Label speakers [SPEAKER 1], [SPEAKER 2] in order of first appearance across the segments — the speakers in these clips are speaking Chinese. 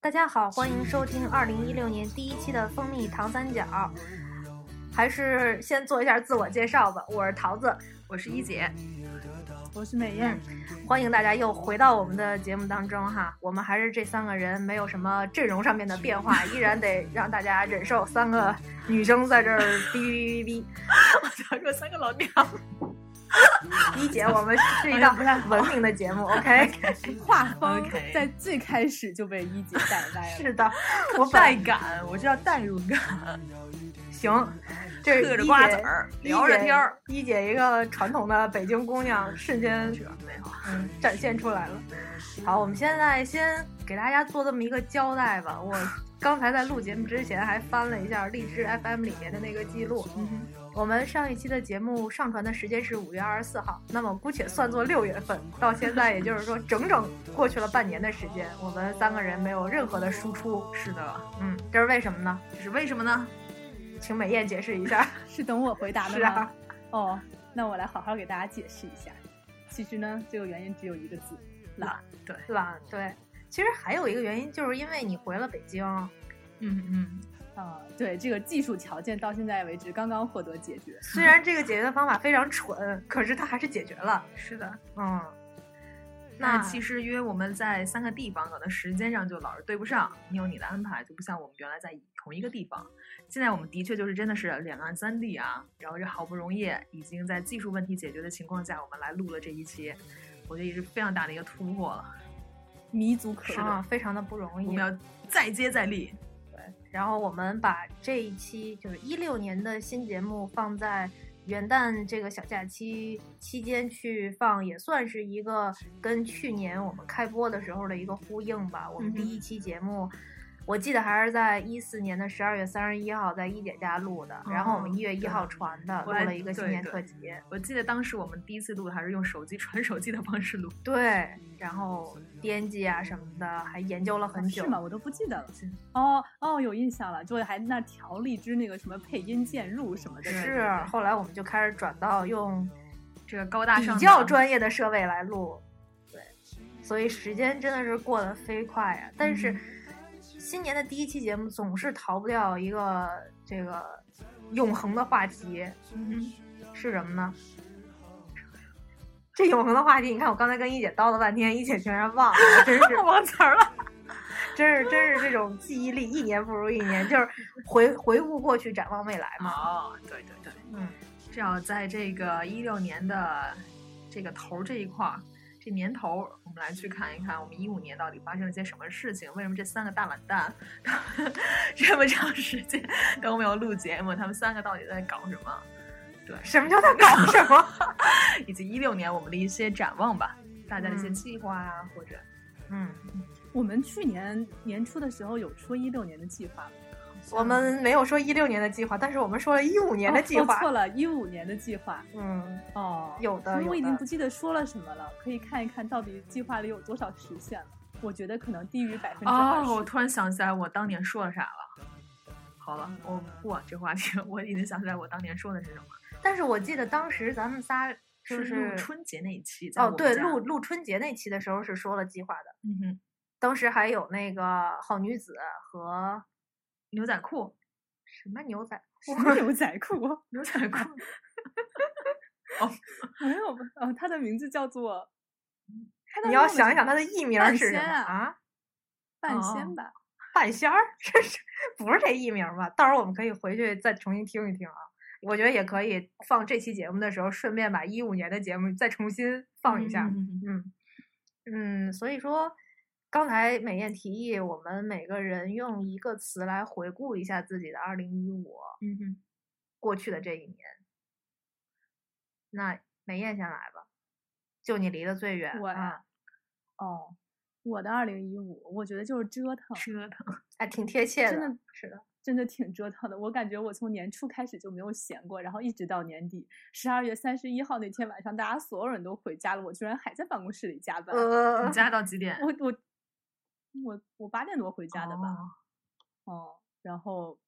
[SPEAKER 1] 大家好，欢迎收听二零一六年第一期的蜂蜜糖三角。还是先做一下自我介绍吧，我是桃子，
[SPEAKER 2] 我是一姐，
[SPEAKER 3] 我是美 艳。
[SPEAKER 1] 欢迎大家又回到我们的节目当中哈。我们还是这三个人，没有什么阵容上面的变化，依然得让大家忍受三个女生在这儿哔哔哔
[SPEAKER 2] 我操，这三个老娘
[SPEAKER 1] 哔哔。一姐，我们是一档
[SPEAKER 2] 哎
[SPEAKER 1] 文明的节目，OK？
[SPEAKER 3] 画风
[SPEAKER 2] OK
[SPEAKER 3] 在最开始就被一姐带歪了。
[SPEAKER 1] 嗯是的，我本
[SPEAKER 2] 带感，我这叫代入感，
[SPEAKER 1] 行，这
[SPEAKER 2] 嗑着瓜子儿
[SPEAKER 1] 一姐
[SPEAKER 2] 聊着天儿，
[SPEAKER 1] 一姐一个传统的北京姑娘，瞬间
[SPEAKER 2] 这美好。
[SPEAKER 1] 嗯展现出来了。好，我们现在先给大家做这么一个交代吧。我刚才在录节目之前还翻了一下荔枝 FM 里面的那个记录，我们上一期的节目上传的时间是五月二十四号，那么姑且算作六月份，到现在也就是说整整过去了半年的时间，我们三个人没有任何的输出。
[SPEAKER 2] 是的，
[SPEAKER 1] 嗯，这是为什么呢？
[SPEAKER 2] 这是为什么呢？
[SPEAKER 1] 请美艳解释一下。
[SPEAKER 3] 是等我回答的
[SPEAKER 1] 是
[SPEAKER 3] 吗？
[SPEAKER 1] 啊
[SPEAKER 3] 哦，那我来好好给大家解释一下。其实呢，这个原因只有一个字：懒。
[SPEAKER 1] 对吧？对，其实还有一个原因，就是因为你回了北京，
[SPEAKER 2] 嗯嗯，
[SPEAKER 3] 啊、对，这个技术条件到现在为止刚刚获得解决。
[SPEAKER 1] 虽然这个解决的方法非常蠢，可是它还是解决了。
[SPEAKER 2] 是的。
[SPEAKER 1] 嗯，那
[SPEAKER 2] 那其实因为我们在三个地方，可能时间上就老是对不上，你有你的安排，就不像我们原来在同一个地方。现在我们的确就是真的是两岸三地啊，然后这好不容易已经在技术问题解决的情况下，我们来录了这一期，我觉得也是非常大的一个突破了。
[SPEAKER 3] 弥足可
[SPEAKER 2] 是的
[SPEAKER 3] 望。
[SPEAKER 1] 啊，非常的不容
[SPEAKER 2] 我
[SPEAKER 1] 易
[SPEAKER 2] 们。要再接再厉，
[SPEAKER 1] 然后我们把这一期就是一六年的新节目放在元旦这个小假期期间去放，也算是一个跟去年我们开播的时候的一个呼应吧。我们
[SPEAKER 3] 嗯哼
[SPEAKER 1] 第一期节目。我记得还是在一四年的十二月三十一号，在一姐家录的，然后我们一月一
[SPEAKER 2] 对
[SPEAKER 1] 号传的，录
[SPEAKER 2] 我还
[SPEAKER 1] 了一个新
[SPEAKER 2] 哦对
[SPEAKER 1] 年
[SPEAKER 2] 对
[SPEAKER 1] 特辑。
[SPEAKER 2] 我记得当时我们第一次录还是用手机传手机的方式录，
[SPEAKER 1] 对，然后编辑啊什么的，还研究了
[SPEAKER 2] 哦
[SPEAKER 1] 很久。
[SPEAKER 3] 啊是吗？我都不记得了。哦哦，有印象了，就还那调荔枝那个什么配音键入什么的。
[SPEAKER 2] 对
[SPEAKER 1] 是，啊后来我们就开始转到用
[SPEAKER 2] 这个高大上
[SPEAKER 1] 比
[SPEAKER 2] 的
[SPEAKER 1] 较专业的设备来录，对，所以时间真的是过得飞快啊。但是
[SPEAKER 2] 嗯
[SPEAKER 1] 新年的第一期节目总是逃不掉一个这个永恒的话题，
[SPEAKER 2] 嗯
[SPEAKER 1] 是什么呢？这永恒的话题，你看我刚才跟一姐叨叨半天，一姐竟然忘了，我真是忘词儿了。真是真是这种记忆力一年不如一年，就是回回顾过去，展望未来嘛。
[SPEAKER 2] 哦，对对对，
[SPEAKER 1] 嗯，
[SPEAKER 2] 至少在这个一六年的这个头儿这一块儿，这年头儿，我们来去看一看，我们一五年到底发生了些什么事情？为什么这三个大懒蛋 这么长时间都没有录节目？他们三个到底在搞什么？
[SPEAKER 1] 什么叫在搞什 么？
[SPEAKER 2] 以及一六年我们的一些展望吧，大家的一些
[SPEAKER 1] 嗯
[SPEAKER 2] 计划啊，或者
[SPEAKER 1] 嗯，
[SPEAKER 3] 我们去年年初的时候有说一六年的计划吗，
[SPEAKER 1] 我们没有说一六年的计划，但是我们说了一五年的计
[SPEAKER 3] 哦说
[SPEAKER 1] 划。
[SPEAKER 3] 错了，一五年的计划。
[SPEAKER 1] 嗯，
[SPEAKER 3] 哦，
[SPEAKER 1] 有的，
[SPEAKER 3] 我已
[SPEAKER 1] 有
[SPEAKER 3] 经
[SPEAKER 1] 的
[SPEAKER 3] 不记得说了什么了，可以看一看到底计划里有多少实现了。我觉得可能低于百分之二
[SPEAKER 2] 哦，
[SPEAKER 3] 十。
[SPEAKER 2] 我突然想起来我当年说了啥了。好了，
[SPEAKER 1] 嗯
[SPEAKER 2] 我不往这话题， 我已经想起来我当年说的是什么了，
[SPEAKER 1] 但是我记得当时咱们仨就是是
[SPEAKER 2] 录春节那一期，在
[SPEAKER 1] 哦，
[SPEAKER 2] 我
[SPEAKER 1] 对，
[SPEAKER 2] 家
[SPEAKER 1] 录，录春节那期的时候是说了计划的，
[SPEAKER 2] 嗯哼，
[SPEAKER 1] 当时还有那个好女子和
[SPEAKER 2] 牛仔裤，
[SPEAKER 1] 什么牛仔裤
[SPEAKER 3] 什么牛仔裤？
[SPEAKER 2] 牛仔裤，
[SPEAKER 3] 没有吧？哦，它的名字叫做……它的
[SPEAKER 1] 你要
[SPEAKER 3] 英文
[SPEAKER 1] 想
[SPEAKER 3] 是
[SPEAKER 1] 一想它的艺名
[SPEAKER 3] 半
[SPEAKER 1] 是什
[SPEAKER 3] 仙
[SPEAKER 1] 么
[SPEAKER 3] 啊
[SPEAKER 1] 啊？
[SPEAKER 3] 半
[SPEAKER 2] 哦
[SPEAKER 3] 仙吧？
[SPEAKER 1] 半仙儿，这是不是这艺名吧？到时候我们可以回去再重新听一听啊。我觉得也可以放这期节目的时候，顺便把一五年的节目再重新放一下。
[SPEAKER 2] 嗯嗯嗯
[SPEAKER 1] 嗯，嗯，所以说，刚才美艳提议我们每个人用一个词来回顾一下自己的二零一五
[SPEAKER 2] 嗯哼，
[SPEAKER 1] 过去的这一年。那美艳先来吧，就你离得最远
[SPEAKER 3] 我
[SPEAKER 1] 啊，
[SPEAKER 3] 呀，哦，我的二零一五，我觉得就是折腾，
[SPEAKER 2] 折腾，
[SPEAKER 1] 哎，挺贴切
[SPEAKER 3] 真的
[SPEAKER 1] 是的，
[SPEAKER 3] 真的挺折腾的。我感觉我从年初开始就没有闲过，然后一直到年底十二月三十一号那天晚上，大家所有人都回家了，我居然还在办公室里加班。
[SPEAKER 1] 呃
[SPEAKER 2] 你，加到几点？
[SPEAKER 3] 我我我我八点多回家的吧。
[SPEAKER 2] 哦
[SPEAKER 3] 哦，然后，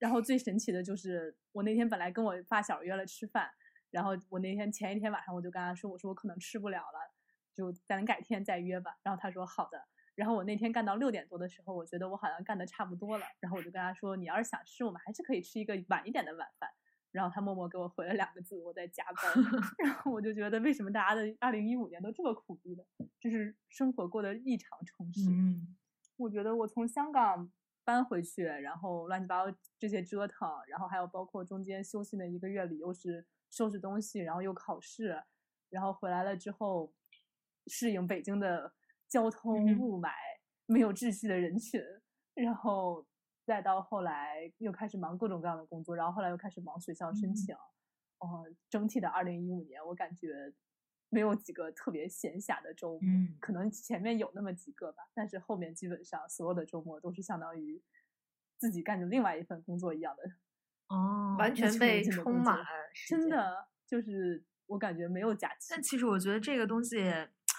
[SPEAKER 3] 然后最神奇的就是，我那天本来跟我发小约了吃饭，然后我那天前一天晚上我就跟他说，我说我可能吃不了了，就咱改天再约吧。然后他说好的。然后我那天干到六点多的时候，我觉得我好像干的差不多了，然后我就跟他说：“你要是想吃，我们还是可以吃一个晚一点的晚饭。”然后他默默给我回了两个字：“我在加班。”然后我就觉得，为什么大家的二零一五年都这么苦逼呢？就是生活过得异常充实。
[SPEAKER 2] 嗯，
[SPEAKER 3] 我觉得我从香港搬回去，然后乱七八糟这些折腾，然后还有包括中间休息的一个月里，又是收拾东西，然后又考试，然后回来了之后，适应北京的交通
[SPEAKER 2] 嗯哼
[SPEAKER 3] 雾霾、没有秩序的人群，然后再到后来又开始忙各种各样的工作，然后后来又开始忙学校申
[SPEAKER 2] 嗯
[SPEAKER 3] 请。哦，整体的二零一五年，我感觉没有几个特别闲暇的周末，
[SPEAKER 2] 嗯
[SPEAKER 3] 可能前面有那么几个吧，但是后面基本上所有的周末都是相当于自己干着另外一份工作一样的，
[SPEAKER 2] 哦，
[SPEAKER 1] 完全
[SPEAKER 3] 全
[SPEAKER 1] 被
[SPEAKER 3] 没进过
[SPEAKER 1] 充
[SPEAKER 3] 工作
[SPEAKER 1] 满时间，
[SPEAKER 3] 真的啊就是我感觉没有假期
[SPEAKER 2] 但。其实我觉得这个东西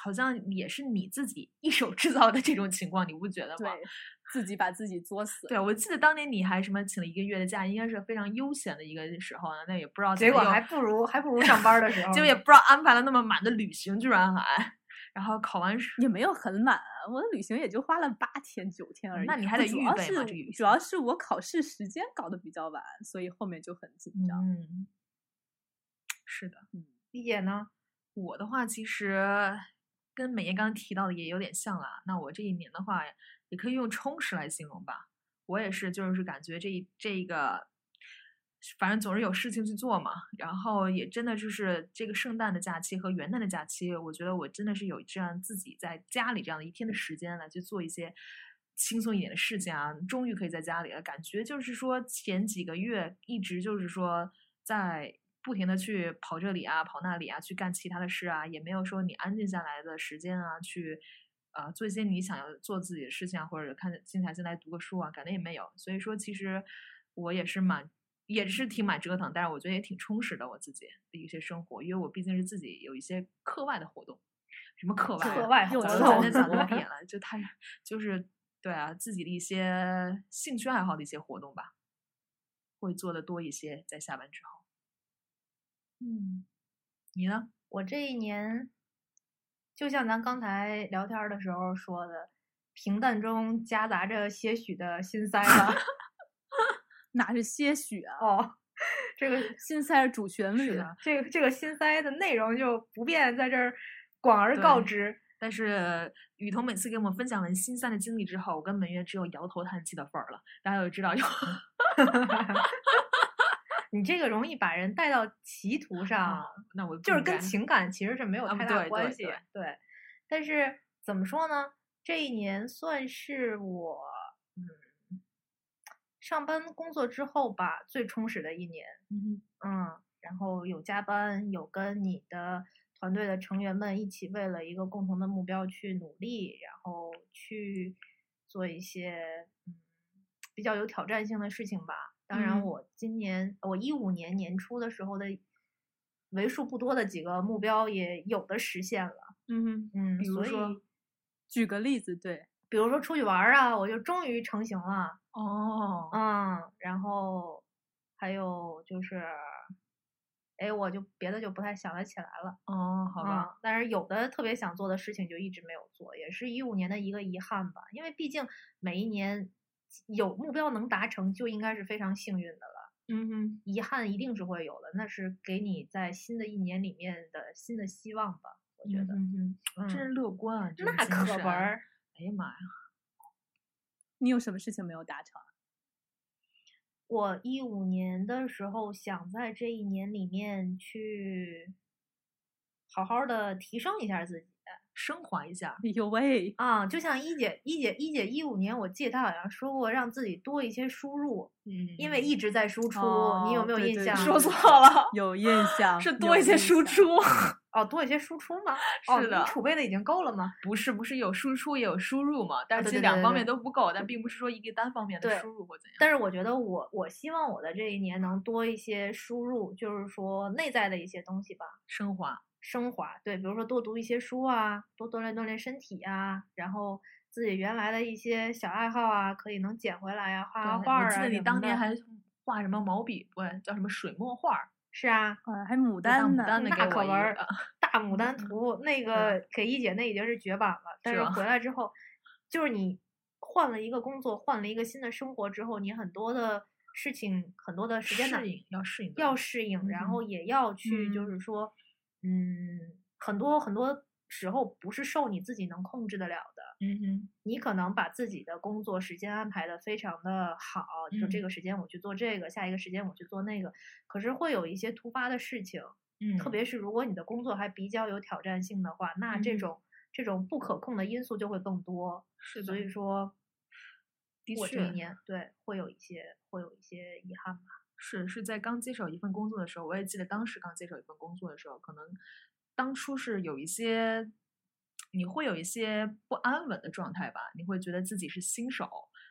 [SPEAKER 2] 好像也是你自己一手制造的这种情况，你不觉得
[SPEAKER 3] 对
[SPEAKER 2] 吗？，
[SPEAKER 3] 自己把自己作死。
[SPEAKER 2] 对，我记得当年你还什么请了一个月的假，应该是非常悠闲的一个时候呢。那也不知道怎
[SPEAKER 1] 结
[SPEAKER 3] 哎
[SPEAKER 2] 么
[SPEAKER 1] 果
[SPEAKER 2] 又
[SPEAKER 1] 还嗯不如还不如上班的 时候呢，
[SPEAKER 2] 结果也不知道安排了那么满的旅行，居然还，然后考完试，
[SPEAKER 3] 也没有很满，我的旅行也就花了八天九天而已。
[SPEAKER 2] 那你还
[SPEAKER 3] 我
[SPEAKER 2] 得
[SPEAKER 3] 主
[SPEAKER 2] 预
[SPEAKER 3] 要
[SPEAKER 2] 备
[SPEAKER 3] 是
[SPEAKER 2] 嘛这个旅
[SPEAKER 3] 主要是我考试时间搞得比较晚，所以后面就很紧张。
[SPEAKER 2] 嗯，是的，
[SPEAKER 1] 嗯理解呢。
[SPEAKER 2] 我的话其实跟美颜刚刚提到的也有点像啦。那我这一年的话，也可以用充实来形容吧。我也是，就是感觉这一这一个，反正总是有事情去做嘛。然后也真的就是这个圣诞的假期和元旦的假期，我觉得我真的是有这样自己在家里这样的一天的时间来去做一些轻松一点的事情啊。终于可以在家里了，感觉就是说前几个月一直就是说在不停的去跑这里啊，跑那里啊，去干其他的事啊，也没有说你安静下来的时间啊，去呃做一些你想要做自己的事情啊，或者看静下心来读个书啊，感觉也没有。所以说，其实我也是蛮。也是挺蛮折腾，但是我觉得也挺充实的我自己的一些生活，因为我毕竟是自己有一些课外的活动，什么课外
[SPEAKER 1] 课
[SPEAKER 2] 啊
[SPEAKER 1] 外
[SPEAKER 3] 又
[SPEAKER 1] 活
[SPEAKER 2] 早
[SPEAKER 3] 折
[SPEAKER 2] 就早
[SPEAKER 3] 腾
[SPEAKER 2] 就
[SPEAKER 1] 动，
[SPEAKER 2] 讲到 点了，就他就是对啊，自己的一些兴趣爱好的一些活动吧，会做的多一些，在下班之后。嗯，你呢？
[SPEAKER 1] 我这一年，就像咱刚才聊天儿的时候说的，平淡中夹杂着些许的心塞吧。
[SPEAKER 3] 哪是些许啊？
[SPEAKER 1] 哦，这个
[SPEAKER 3] 心塞是主旋律
[SPEAKER 2] 是
[SPEAKER 3] 啊，
[SPEAKER 2] 的，
[SPEAKER 1] 这个这个心塞的内容就不便在这儿广而告
[SPEAKER 2] 对
[SPEAKER 1] 之。
[SPEAKER 2] 但是雨桐每次给我们分享完心酸的经历之后，我跟门月只有摇头叹气的份儿了。大家就知道有
[SPEAKER 1] 你这个容易把人带到歧途上
[SPEAKER 2] 啊，，那我
[SPEAKER 1] 就是
[SPEAKER 2] 不应
[SPEAKER 1] 跟
[SPEAKER 2] 该
[SPEAKER 1] 情感其实是没有
[SPEAKER 2] 啊
[SPEAKER 1] 太
[SPEAKER 2] 对
[SPEAKER 1] 大
[SPEAKER 2] 对
[SPEAKER 1] 关
[SPEAKER 2] 对
[SPEAKER 1] 系。对，但是怎么说呢？这一年算是我嗯上班工作之后吧最充实的一年。
[SPEAKER 2] 嗯
[SPEAKER 1] 嗯，然后有加班，有跟你的团队的成员们一起为了一个共同的目标去努力，然后去做一些嗯比较有挑战性的事情吧。当然，
[SPEAKER 2] 嗯
[SPEAKER 1] 我今年我一五年年初的时候的为数不多的几个目标也有的实现了。
[SPEAKER 2] 嗯哼，
[SPEAKER 1] 嗯，
[SPEAKER 2] 比如
[SPEAKER 1] 所
[SPEAKER 2] 说
[SPEAKER 1] 以
[SPEAKER 3] 举个例子，对，
[SPEAKER 1] 比如说出去玩儿啊，我就终于成型了。
[SPEAKER 2] 哦，
[SPEAKER 1] 嗯，然后还有就是，哎，我就别的就不太想得起来了，
[SPEAKER 2] 哦，好吧，
[SPEAKER 1] 嗯，但是有的特别想做的事情就一直没有做，也是一五年的一个遗憾吧。因为毕竟每一年有目标能达成，就应该是非常幸运的了。
[SPEAKER 2] 嗯哼，
[SPEAKER 1] 遗憾一定是会有的，那是给你在新的一年里面的新的希望吧。我觉得，
[SPEAKER 2] 嗯哼，
[SPEAKER 1] 嗯，
[SPEAKER 2] 真是乐观啊，这种
[SPEAKER 1] 那
[SPEAKER 2] 精
[SPEAKER 1] 可
[SPEAKER 2] 神
[SPEAKER 1] 不儿。
[SPEAKER 2] 哎呀妈呀！
[SPEAKER 3] 你有什么事情没有达成啊？
[SPEAKER 1] 我一五年的时候想在这一年里面去好好的提升一下自己
[SPEAKER 2] 升华一下，
[SPEAKER 3] 哎呦喂，
[SPEAKER 1] 啊，就像一姐一姐一姐一五年，我记得她好像说过让自己多一些输入，
[SPEAKER 2] 嗯
[SPEAKER 1] 因为一直在输出，你有
[SPEAKER 3] 哦
[SPEAKER 1] 没有
[SPEAKER 3] 对
[SPEAKER 1] 印
[SPEAKER 3] 对
[SPEAKER 1] 象？
[SPEAKER 3] 对
[SPEAKER 2] 说
[SPEAKER 3] 对
[SPEAKER 2] 错了，
[SPEAKER 3] 有印象，
[SPEAKER 2] 是多一些输出，
[SPEAKER 1] 哦，多一些输出吗？哦，
[SPEAKER 2] 是
[SPEAKER 1] 你
[SPEAKER 2] 的
[SPEAKER 1] 储备的已经够了吗？
[SPEAKER 2] 不是不是有输出也有输入嘛？但
[SPEAKER 1] 啊对
[SPEAKER 2] 是其
[SPEAKER 1] 对
[SPEAKER 2] 实两
[SPEAKER 1] 对
[SPEAKER 2] 方
[SPEAKER 1] 对
[SPEAKER 2] 面都不够，但并不是说一个单方面
[SPEAKER 1] 对
[SPEAKER 2] 的输入或怎样。
[SPEAKER 1] 但是我觉得我我希望我的这一年能多一些输入，就是说内在的一些东西吧。
[SPEAKER 2] 升华，
[SPEAKER 1] 升华，对，比如说多读一些书啊，多锻炼锻炼身体啊，然后自己原来的一些小爱好啊，可以能捡回来呀、画画
[SPEAKER 2] 对
[SPEAKER 1] 画儿
[SPEAKER 2] 我
[SPEAKER 1] 啊
[SPEAKER 2] 记
[SPEAKER 1] 什么
[SPEAKER 2] 得
[SPEAKER 1] 的。
[SPEAKER 2] 你当年还画什么毛笔，不是叫什么水墨画儿，
[SPEAKER 1] 是啊，
[SPEAKER 3] 啊，还牡
[SPEAKER 2] 对
[SPEAKER 3] 丹
[SPEAKER 2] 当牡
[SPEAKER 3] 呢，
[SPEAKER 2] 丹的
[SPEAKER 1] 那
[SPEAKER 2] 给
[SPEAKER 1] 可
[SPEAKER 2] 我一
[SPEAKER 1] 玩 儿
[SPEAKER 2] 个，啊
[SPEAKER 1] 大牡丹图那个给一姐那已经是绝版了，但
[SPEAKER 2] 嗯是
[SPEAKER 1] 是
[SPEAKER 2] 吧
[SPEAKER 1] 回来之后，就是你换了一个工作，换了一个新的生活之后，你很多的事情，很多的时间呢
[SPEAKER 2] 适应要适应的
[SPEAKER 1] 要适应，然后也要去，就
[SPEAKER 2] 嗯
[SPEAKER 1] 是说，嗯，很多很多时候不是受你自己能控制得了的。
[SPEAKER 2] 嗯哼
[SPEAKER 1] 你可能把自己的工作时间安排的非常的好，就说这
[SPEAKER 2] 嗯
[SPEAKER 1] 个时间我去做这个，下一个时间我去做那个，可是会有一些突发的事情，
[SPEAKER 2] 嗯，
[SPEAKER 1] 特别是如果你的工作还比较有挑战性的话，那
[SPEAKER 2] 嗯
[SPEAKER 1] 这种、这种不可控的因素就会更多，
[SPEAKER 2] 是的
[SPEAKER 1] 所以说。
[SPEAKER 2] 嗯的
[SPEAKER 1] 我这一
[SPEAKER 2] 确
[SPEAKER 1] 年对会有一些会有一些遗憾吧，
[SPEAKER 2] 是是在刚接手一份工作的时候，我也记得当时刚接手一份工作的时候，可能当初是有一些你会有一些不安稳的状态吧，你会觉得自己是新手，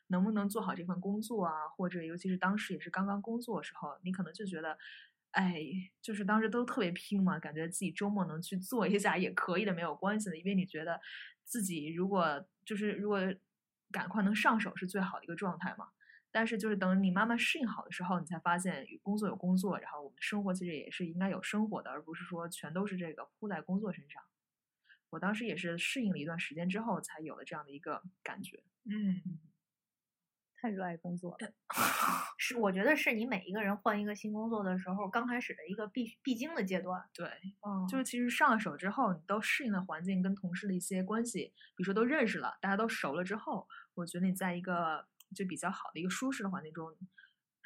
[SPEAKER 2] 能不能做好这份工作啊？或者尤其是当时也是刚刚工作的时候，你可能就觉得。哎，就是当时都特别拼嘛，感觉自己周末能去做一下也可以的，没有关系的，因为你觉得自己如果就是如果赶快能上手是最好的一个状态嘛。但是就是等你慢慢适应好的时候，你才发现有工作有工作，然后我们的生活其实也是应该有生活的，而不是说全都是这个扑在工作身上。我当时也是适应了一段时间之后，才有了这样的一个感觉。
[SPEAKER 1] 嗯，
[SPEAKER 3] 太热爱工作了。
[SPEAKER 1] 是我觉得是你每一个人换一个新工作的时候，刚开始的一个必必经的阶段，
[SPEAKER 2] 对，
[SPEAKER 1] 嗯，
[SPEAKER 2] 就是其实上了手之后，你都适应了环境跟同事的一些关系，比如说都认识了，大家都熟了之后，我觉得你在一个就比较好的一个舒适的环境中的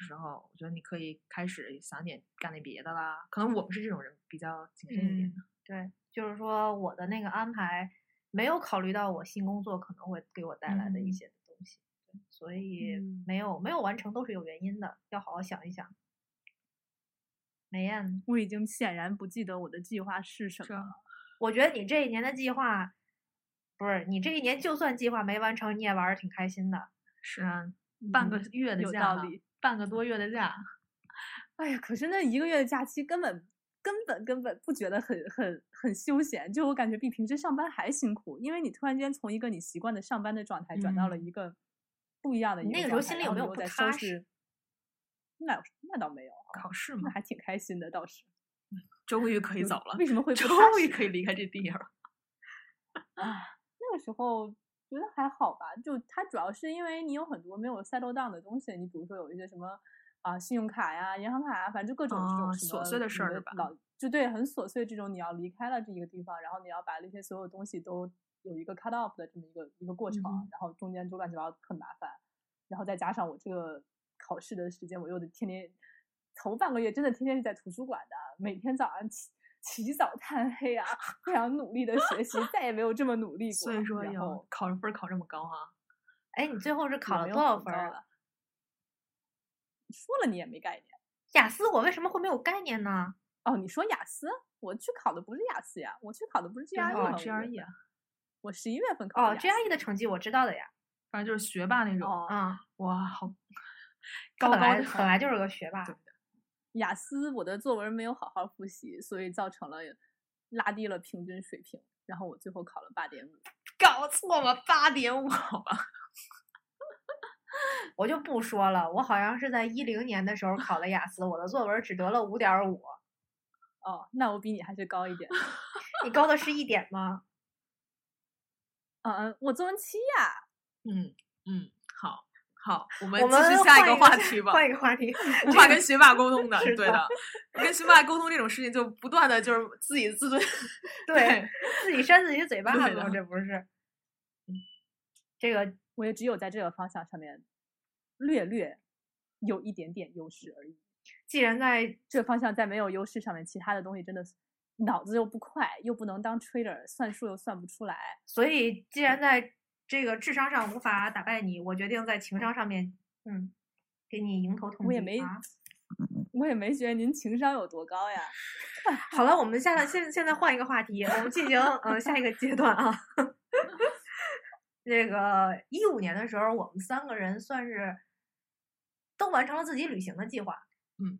[SPEAKER 2] 时候，我觉得你可以开始想点干点别的啦。可能我们是这种人，比较谨慎一点。
[SPEAKER 1] 嗯，对，就是说我的那个安排没有考虑到我新工作可能会给我带来的一
[SPEAKER 2] 嗯
[SPEAKER 1] 些东西，对所以
[SPEAKER 3] 嗯
[SPEAKER 1] 没有没有完成都是有原因的，要好好想一想。梅艳，
[SPEAKER 3] 我已经显然不记得我的计划是什
[SPEAKER 2] 是
[SPEAKER 3] 么
[SPEAKER 2] 啊
[SPEAKER 3] 了。
[SPEAKER 1] 我觉得你这一年的计划，不是你这一年就算计划没完成，你也玩的挺开心的。
[SPEAKER 2] 是啊，半个
[SPEAKER 3] 嗯
[SPEAKER 2] 月的
[SPEAKER 3] 有道
[SPEAKER 2] 假吧
[SPEAKER 3] 理
[SPEAKER 2] 半个多月的假，
[SPEAKER 3] 哎呀，可是那一个月的假期根本根本根本不觉得很很很休闲，就我感觉比平时上班还辛苦，因为你突然间从一个你习惯的上班的状态转到了
[SPEAKER 2] 嗯
[SPEAKER 3] 一个不一样的一
[SPEAKER 1] 你
[SPEAKER 3] 个
[SPEAKER 1] 那个时候
[SPEAKER 3] 状态
[SPEAKER 1] 心里
[SPEAKER 3] 然
[SPEAKER 1] 有没有
[SPEAKER 3] 后你又
[SPEAKER 1] 不
[SPEAKER 3] 在
[SPEAKER 1] 踏
[SPEAKER 3] 收
[SPEAKER 1] 实
[SPEAKER 3] 拾？那那倒没有啊，
[SPEAKER 2] 考试
[SPEAKER 3] 那
[SPEAKER 2] 嘛，
[SPEAKER 3] 还挺开心的，倒是
[SPEAKER 2] 终于可以
[SPEAKER 3] 有
[SPEAKER 2] 走了
[SPEAKER 3] 为，什么会不踏
[SPEAKER 2] 终于
[SPEAKER 3] 实
[SPEAKER 2] 可以离开这地儿了。
[SPEAKER 3] 啊，那个时候觉得还好吧，就它主要是因为你有很多没有 settle down 的东西，你比如说有一些什么啊信用卡呀、银行卡呀，反正就各种这种
[SPEAKER 2] 哦
[SPEAKER 3] 什
[SPEAKER 2] 琐
[SPEAKER 3] 么
[SPEAKER 2] 碎的
[SPEAKER 3] 你
[SPEAKER 2] 事儿吧
[SPEAKER 3] 老就对，很琐碎这种你要离开了这一个地方，然后你要把那些所有东西都有一个 cut off 的这么一个一个过程啊，
[SPEAKER 2] 嗯哼
[SPEAKER 3] 然后中间就乱七八糟很麻烦，然后再加上我这个考试的时间，我又得天天头半个月真的天天是在图书馆的，每天早上起起早贪黑啊，非常努力的学习，再也没有这么努力过。
[SPEAKER 2] 所以说
[SPEAKER 3] 然
[SPEAKER 2] 有
[SPEAKER 3] 后
[SPEAKER 2] 考分儿考这么高哈、
[SPEAKER 1] 哎，你最后是
[SPEAKER 3] 也
[SPEAKER 1] 考了
[SPEAKER 3] 没有
[SPEAKER 1] 多少
[SPEAKER 3] 很
[SPEAKER 1] 分
[SPEAKER 3] 高
[SPEAKER 1] 儿？啊
[SPEAKER 3] 了？说了你也没概念
[SPEAKER 1] 雅思我为什么会没有概念呢？
[SPEAKER 3] 哦。你说雅思，我去考的不是雅思呀，我去考的不是
[SPEAKER 2] 啊
[SPEAKER 3] GRE
[SPEAKER 2] 哦
[SPEAKER 3] 吗五月
[SPEAKER 2] GRE
[SPEAKER 3] 份
[SPEAKER 2] 啊，
[SPEAKER 3] 我十一月份考
[SPEAKER 1] E
[SPEAKER 2] 哎
[SPEAKER 1] 哦
[SPEAKER 3] 的雅思
[SPEAKER 1] ，GRE 的成绩我知道的呀，
[SPEAKER 2] 反正就是学霸那种，啊
[SPEAKER 3] 哦，
[SPEAKER 1] 嗯，
[SPEAKER 2] 哇，好
[SPEAKER 1] 他
[SPEAKER 2] 高
[SPEAKER 1] 本
[SPEAKER 2] 高
[SPEAKER 1] 来
[SPEAKER 2] 的
[SPEAKER 1] 本来就是个学霸
[SPEAKER 2] 对，
[SPEAKER 3] 雅思我的作文没有好好复习，所以造成了拉低了平均水平，然后我最后考了八点五。
[SPEAKER 2] 搞错了，八点五好吧？
[SPEAKER 1] 我就不说了，我好像是在一零年的时候考的雅思，我的作文只得了五点五。
[SPEAKER 3] 哦，那我比你还是高一点。
[SPEAKER 1] 你高的是一点 吗？
[SPEAKER 3] 嗯，我作文七呀、
[SPEAKER 2] 嗯嗯，好好，我们
[SPEAKER 1] 我
[SPEAKER 2] 继
[SPEAKER 1] 们
[SPEAKER 2] 续下一
[SPEAKER 1] 换
[SPEAKER 2] 个
[SPEAKER 1] 个
[SPEAKER 2] 话题吧。
[SPEAKER 1] 换一个话 题。
[SPEAKER 2] 无法跟学霸沟通的，
[SPEAKER 1] 是
[SPEAKER 2] 对
[SPEAKER 1] 的
[SPEAKER 2] 的，跟学霸沟通这种事情就不断的就是自己自尊，
[SPEAKER 1] 对，自己扇自己嘴巴
[SPEAKER 2] 对
[SPEAKER 1] 子
[SPEAKER 2] 的
[SPEAKER 1] 吗？这不是。嗯这个
[SPEAKER 3] 我也只有在这个方向上面略略有一点点优势而已。
[SPEAKER 1] 既然在
[SPEAKER 3] 这个方向在没有优势上面，其他的东西真的是脑子又不快，又不能当 trader，算数又算不出来。
[SPEAKER 1] 所以既然在这个智商上无法打败你，我决定在情商上面，嗯，给你迎头痛击。
[SPEAKER 3] 我也没
[SPEAKER 1] 啊、
[SPEAKER 3] 我也没觉得您情商有多高呀。
[SPEAKER 1] 好了，我们 下来现现在换一个话题，我们进行呃下一个阶段啊。 那个一五年的时候，我们三个人算是都完成了自己旅行的计划，
[SPEAKER 2] 嗯，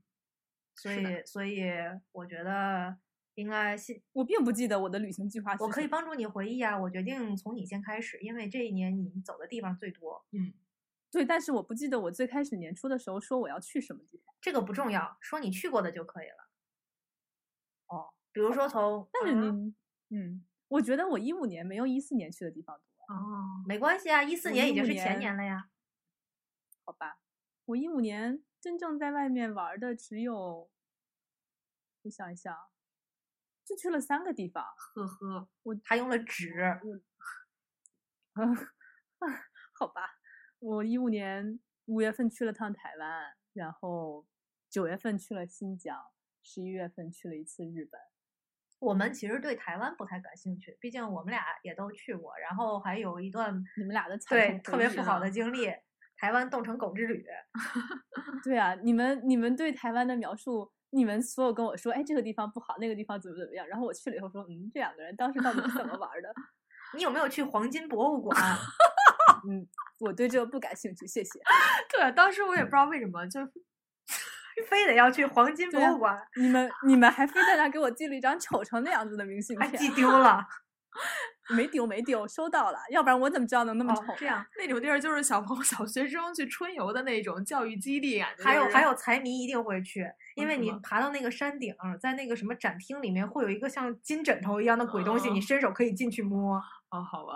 [SPEAKER 1] 所
[SPEAKER 2] 是的
[SPEAKER 1] 以所以我觉得应该现
[SPEAKER 3] 我并不记得我的旅行计划是什
[SPEAKER 1] 我
[SPEAKER 3] 么。
[SPEAKER 1] 可以帮助你回忆啊，我决定从你先开始，因为这一年你走的地方最多，
[SPEAKER 2] 嗯，
[SPEAKER 3] 对，但是我不记得我最开始年初的时候说我要去什么地方。
[SPEAKER 1] 这个不重要，说你去过的就可以了。哦，比如说从，
[SPEAKER 3] 但是
[SPEAKER 1] 啊
[SPEAKER 3] 你，嗯，我觉得我一五年没有一四年去的地方多。
[SPEAKER 2] 哦，
[SPEAKER 1] 没关系啊，一四
[SPEAKER 3] 我
[SPEAKER 1] 年已经
[SPEAKER 3] 15
[SPEAKER 1] 是前
[SPEAKER 3] 年
[SPEAKER 1] 年了呀。
[SPEAKER 3] 好吧，我一五年真正在外面玩儿的只有，我想一想，啊就去了三个地方。
[SPEAKER 2] 呵呵，
[SPEAKER 1] 他用了纸，
[SPEAKER 3] 好吧，我一五年五月份去了趟台湾，然后九月份去了新疆，十一月份去了一次日本。
[SPEAKER 1] 我们其实对台湾不太感兴趣，毕竟我们俩也都去过，然后还有一段
[SPEAKER 3] 你们俩的惨
[SPEAKER 1] 对
[SPEAKER 3] 痛啊
[SPEAKER 1] 特
[SPEAKER 3] 回
[SPEAKER 1] 别
[SPEAKER 3] 忆
[SPEAKER 1] 不好
[SPEAKER 3] 呢
[SPEAKER 1] 的经历，台湾冻成狗之 旅。
[SPEAKER 3] 对啊，你们你们对台湾的描述，你们所有跟我说，哎，这个地方不好，那个地方怎么怎么样，然后我去了以后说，嗯，这两个人当时到底是怎么玩儿的？
[SPEAKER 1] 你有没有去黄金博物馆？
[SPEAKER 3] 嗯，我对这个不感兴趣，谢谢。
[SPEAKER 2] 对，当时我也不知道为什么，就
[SPEAKER 1] 非得要去黄金博
[SPEAKER 3] 对啊
[SPEAKER 1] 物馆，
[SPEAKER 3] 你们你们还非在那儿给我寄了一张丑成那样子的明信
[SPEAKER 1] 还
[SPEAKER 3] 片，
[SPEAKER 1] 寄丢了。
[SPEAKER 3] 没丢没丢，收到了，要不然我怎么知道能那么丑
[SPEAKER 1] 哦
[SPEAKER 3] 呢？，
[SPEAKER 1] 这样，
[SPEAKER 2] 那种地儿就是小朋友、小学生去春游的那种教育基地感觉
[SPEAKER 1] 还有
[SPEAKER 2] 就是
[SPEAKER 1] 还有财迷一定会去，因
[SPEAKER 2] 为
[SPEAKER 1] 为
[SPEAKER 2] 什
[SPEAKER 1] 你
[SPEAKER 2] 么
[SPEAKER 1] 爬到那个山顶，在那个什么展厅里面会有一个像金枕头一样的鬼东西，你
[SPEAKER 2] 哦
[SPEAKER 1] 伸手可以进去摸。
[SPEAKER 2] 哦，好吧，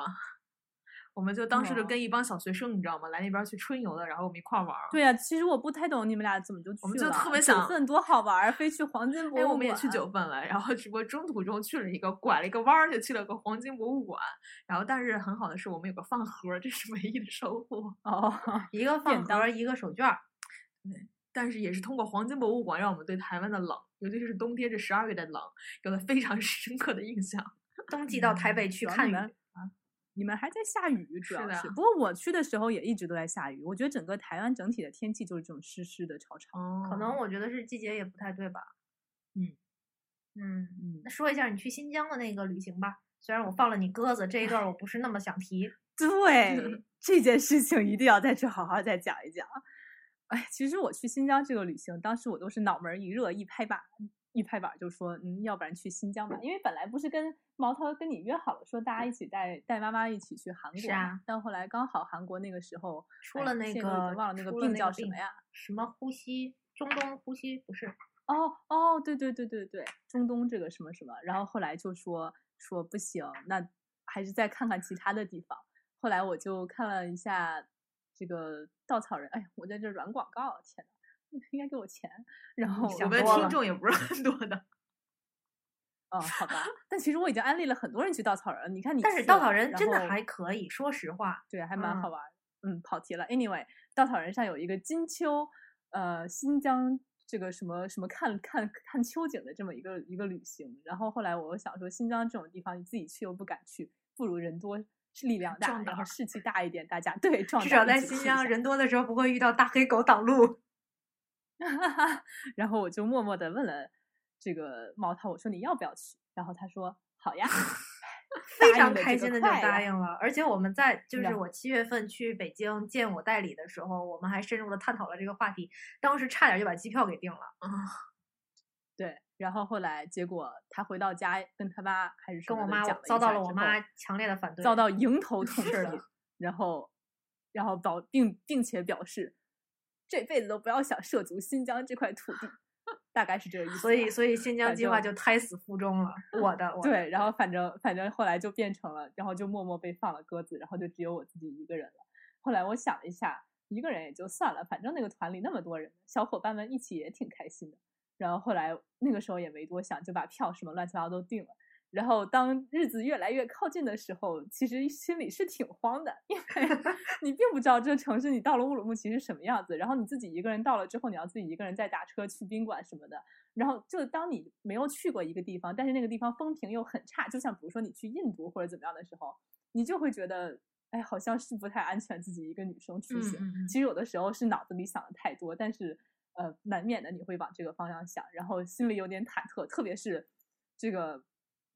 [SPEAKER 2] 我们就当时就
[SPEAKER 3] 哇
[SPEAKER 2] 跟一帮小学生，你知道吗？来那边去春游的，然后我们一块儿玩儿。
[SPEAKER 3] 对呀、啊其实我不太懂你们俩怎么就去了。啊
[SPEAKER 2] 我们就特别想
[SPEAKER 3] 九份多好玩儿，非去黄金博物
[SPEAKER 2] 哎，
[SPEAKER 3] 馆。
[SPEAKER 2] 我们也去九份了，然后只不过中途中去了一个拐了一个弯儿，就去了个黄金博物馆。然后，但是很好的是，我们有个饭盒儿，这是唯一的收获。
[SPEAKER 3] 哦，
[SPEAKER 1] 一个
[SPEAKER 3] 便
[SPEAKER 1] 饭盒，一个手绢儿。
[SPEAKER 2] 但是也是通过黄金博物馆，让我们对台湾的冷，尤其是冬天这十二月的冷，有了非常 深刻的印象。
[SPEAKER 1] 冬季到台
[SPEAKER 3] 嗯
[SPEAKER 1] 北去
[SPEAKER 3] 主要
[SPEAKER 1] 看
[SPEAKER 3] 你
[SPEAKER 1] 雨，
[SPEAKER 3] 们啊你们还在下雨，主
[SPEAKER 2] 是
[SPEAKER 3] 要
[SPEAKER 2] 的啊
[SPEAKER 3] 是。不过我去的时候也一直都在下雨，我觉得整个台湾整体的天气就是这种湿湿的、潮潮。
[SPEAKER 2] 哦
[SPEAKER 1] 可能我觉得是季节也不太对吧。
[SPEAKER 3] 嗯
[SPEAKER 1] 嗯，
[SPEAKER 3] 嗯
[SPEAKER 1] 那，说一下你去新疆的那个旅行吧。虽然我放了你鸽子这一段，我不是那么想提。
[SPEAKER 3] 对这件事情一定要在这好好再讲一讲。哎，其实我去新疆这个旅行，当时我都是脑门儿一热，一拍板，一拍板就说，嗯，要不然去新疆吧，因为本来不是跟毛涛跟你约好了，说大家一起带带妈妈一起去韩国嘛，
[SPEAKER 1] 是啊
[SPEAKER 3] 但后来刚好韩国那个时候
[SPEAKER 1] 出
[SPEAKER 3] 哎
[SPEAKER 1] 了那
[SPEAKER 3] 现在都已经
[SPEAKER 1] 个
[SPEAKER 3] 忘了那个
[SPEAKER 1] 出了
[SPEAKER 3] 病
[SPEAKER 1] 那
[SPEAKER 3] 叫
[SPEAKER 1] 个
[SPEAKER 3] 什
[SPEAKER 1] 病
[SPEAKER 3] 么呀？
[SPEAKER 1] 什么呼吸？中东呼吸不是？
[SPEAKER 3] 哦哦，对对对对对，中东这个什么什么，然后后来就说说不行，那还是再看看其他的地方。后来我就看了一下这个稻草人，哎，我在这儿软广告，天呐， 应该给我钱。然后
[SPEAKER 2] 我
[SPEAKER 1] 嗯想
[SPEAKER 2] 们
[SPEAKER 1] 多
[SPEAKER 2] 听
[SPEAKER 1] 了
[SPEAKER 2] 众也不是很多的。
[SPEAKER 3] 哦，好吧，但其实我已经安利了很多人去稻草人了，你看你去了，
[SPEAKER 1] 但是稻草人
[SPEAKER 3] 然
[SPEAKER 1] 真的
[SPEAKER 3] 后
[SPEAKER 1] 还可以，说实话，
[SPEAKER 3] 对，还蛮
[SPEAKER 1] 嗯
[SPEAKER 3] 好玩儿。嗯，跑题了。Anyway，稻草人上有一个金秋，呃，新疆这个什么什么看看看秋景的这么一个一个旅行。然后后来我又想说，新疆这种地方你自己去又不敢去，不如人多是力量大，
[SPEAKER 2] 壮
[SPEAKER 3] 然
[SPEAKER 2] 胆
[SPEAKER 3] 后
[SPEAKER 2] 儿
[SPEAKER 3] 士气大一点，大家 对壮
[SPEAKER 2] 哦
[SPEAKER 1] 至
[SPEAKER 3] 胆
[SPEAKER 1] 少在
[SPEAKER 3] 一起
[SPEAKER 1] 新
[SPEAKER 3] 去一
[SPEAKER 1] 疆
[SPEAKER 3] 下
[SPEAKER 1] 人多的时候不会遇到大黑狗挡路。
[SPEAKER 3] 然后我就默默的问了这个毛涛，我说你要不要去？然后他说好呀，
[SPEAKER 1] 非
[SPEAKER 3] 答
[SPEAKER 1] 常
[SPEAKER 3] 应得
[SPEAKER 1] 开
[SPEAKER 3] 这
[SPEAKER 1] 心
[SPEAKER 3] 个
[SPEAKER 1] 的就
[SPEAKER 3] 快呀
[SPEAKER 1] 答应了，而且我们在就
[SPEAKER 3] 然
[SPEAKER 1] 是
[SPEAKER 3] 后
[SPEAKER 1] 我七月份去北京见我代理的时候，我们还深入的探讨了这个话题，当时差点就把机票给定了，
[SPEAKER 2] 嗯，
[SPEAKER 3] 对，然后后来结果他回到家跟他妈还是什
[SPEAKER 1] 跟
[SPEAKER 3] 么
[SPEAKER 1] 我
[SPEAKER 3] 的
[SPEAKER 1] 妈
[SPEAKER 3] 讲
[SPEAKER 1] 遭
[SPEAKER 3] 一
[SPEAKER 1] 到
[SPEAKER 3] 下
[SPEAKER 1] 了
[SPEAKER 3] 之
[SPEAKER 1] 我
[SPEAKER 3] 后
[SPEAKER 1] 妈强烈的反对，
[SPEAKER 3] 遭到迎头痛
[SPEAKER 1] 是
[SPEAKER 3] 击
[SPEAKER 1] 的，
[SPEAKER 3] 然后，然后表并并且表示，这辈子都不要想涉足新疆这块 土地，大概是这个意思吧。
[SPEAKER 1] 所以所以新疆
[SPEAKER 3] 反
[SPEAKER 1] 计划就
[SPEAKER 3] 正
[SPEAKER 1] 胎死腹中了，我 的，我的
[SPEAKER 3] 对，然后反正反正后来就变成了，然后就默默被放了鸽子，然后就只有我自己一个人了。后来我想了一下，一个人也就算了，反正那个团里那么多人，小伙伴们一起也挺开心的。然后后来那个时候也没多想，就把票什么乱七八糟都定了。然后当日子越来越靠近的时候，其实心里是挺慌的，因为你并不知道这城市你到了乌鲁木齐是什么样子，然后你自己一个人到了之后，你要自己一个人再打车去宾馆什么的，然后就当你没有去过一个地方，但是那个地方风评又很差，就像比如说你去印度或者怎么样的时候，你就会觉得，哎，好像是不太安全自己一个女生出行。
[SPEAKER 2] 嗯嗯
[SPEAKER 3] 其实有的时候是脑子里想的太多，但是呃，难免的你会往这个方向想，然后心里有点忐忑，特别是这个。